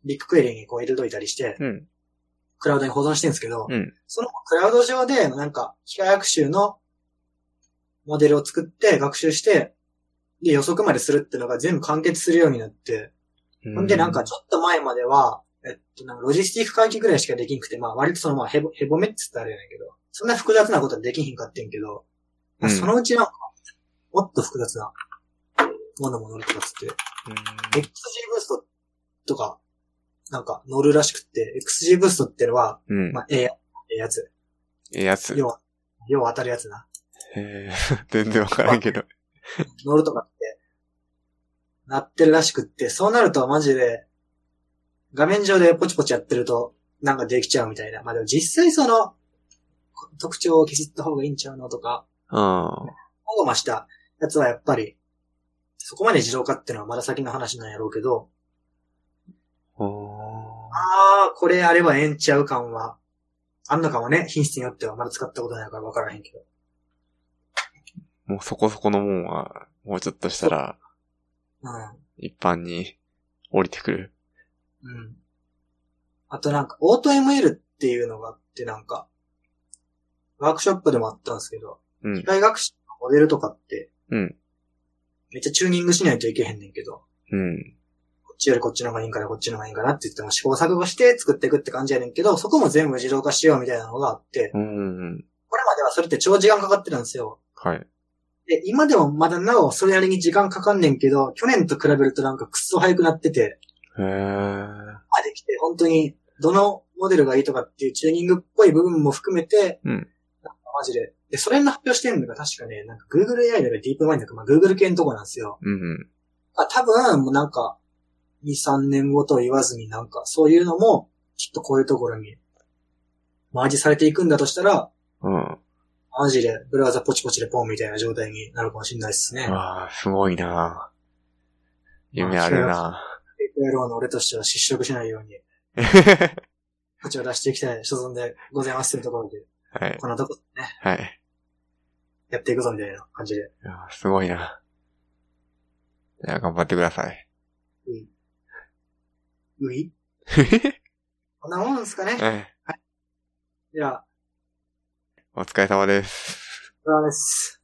Speaker 2: ビッグクエリにこう入れといたりして、
Speaker 1: うん。
Speaker 2: クラウドに保存してるんですけど、
Speaker 1: うん
Speaker 2: そのクラウド上で、なんか、機械学習のモデルを作って、学習して、で、予測までするっていうのが全部完結するようになって、ほんでなんか、ちょっと前までは、えっと、なんかロジスティック会計ぐらいしかできんくて、まあ割とそのまあへぼ、へぼめっつったらあれやねんけど、そんな複雑なことはできひんかってんけど、まあ
Speaker 1: うん
Speaker 2: そのうちなんか、もっと複雑なものも乗るとかっつって、XG ブーストとか、なんか乗るらしくって、XG ブーストってのは、
Speaker 1: うん。
Speaker 2: まあ、ええや、ええやつ。
Speaker 1: ええやつ。
Speaker 2: 要は、要は当たるやつな。
Speaker 1: へー 全然わからんけど。
Speaker 2: 乗るとかって、なってるらしくって、そうなるとマジで、画面上でポチポチやってると、なんかできちゃうみたいな。まあでも実際その、特徴を削った方がいいんちゃうのとか、
Speaker 1: あ
Speaker 2: ほごましたやつはやっぱり、そこまで自動化ってのはまだ先の話なんやろうけど、
Speaker 1: あ。おー
Speaker 2: ああ、これあればええんちゃう感は、あんのかもね、品質によってはまだ使ったことないから分からへんけど。
Speaker 1: もうそこそこのもんは、もうちょっとしたら、
Speaker 2: うん。
Speaker 1: 一般に降りてくる。
Speaker 2: うん。あとなんか、オート ML っていうのがあって、なんか、ワークショップでもあったんですけど、
Speaker 1: うん
Speaker 2: 機。械学習のモデルとかって、
Speaker 1: うん。
Speaker 2: めっちゃチューニングしないといけへんねんけど、
Speaker 1: うん。
Speaker 2: こっちよりこっちの方がいいんかな、こっちの方がいいんかなって言っても試行錯誤して作っていくって感じやねんけど、そこも全部自動化しようみたいなのがあって、
Speaker 1: うん。
Speaker 2: これまではそれって長時間かかってたんですよ。
Speaker 1: はい。
Speaker 2: で、今でもまだなおそれなりに時間かかんねんけど、去年と比べるとなんかくっそ早くなってて、
Speaker 1: へー
Speaker 2: まあできて、本当に、どのモデルがいいとかっていうチューニングっぽい部分も含めて、
Speaker 1: うん
Speaker 2: なんかマジで。で、それの発表してるのが確かね、なんか Google AI だか DeepMind だか、まあ Google 系のとこなんですよ。
Speaker 1: うん。
Speaker 2: まあ多分、もうなんか、2、3年後とは言わずになんか、そういうのも、きっとこういうところに、マージされていくんだとしたら、
Speaker 1: うん。あ
Speaker 2: マジで、ブラウザポチポチでポンみたいな状態になるかもしれないですね。
Speaker 1: あ、すごいな夢あるな
Speaker 2: やろうの俺としては失職しないように、 価値を出していきたい所存でございますというところで、
Speaker 1: はい。
Speaker 2: こんなとこですね。
Speaker 1: はい。
Speaker 2: やっていくぞみたいな感じで。
Speaker 1: いやすごいな。じゃあ頑張ってくださ い。
Speaker 2: ういこんなもんですかね。
Speaker 1: はい
Speaker 2: では、
Speaker 1: お疲れ様です。
Speaker 2: お疲れ様です。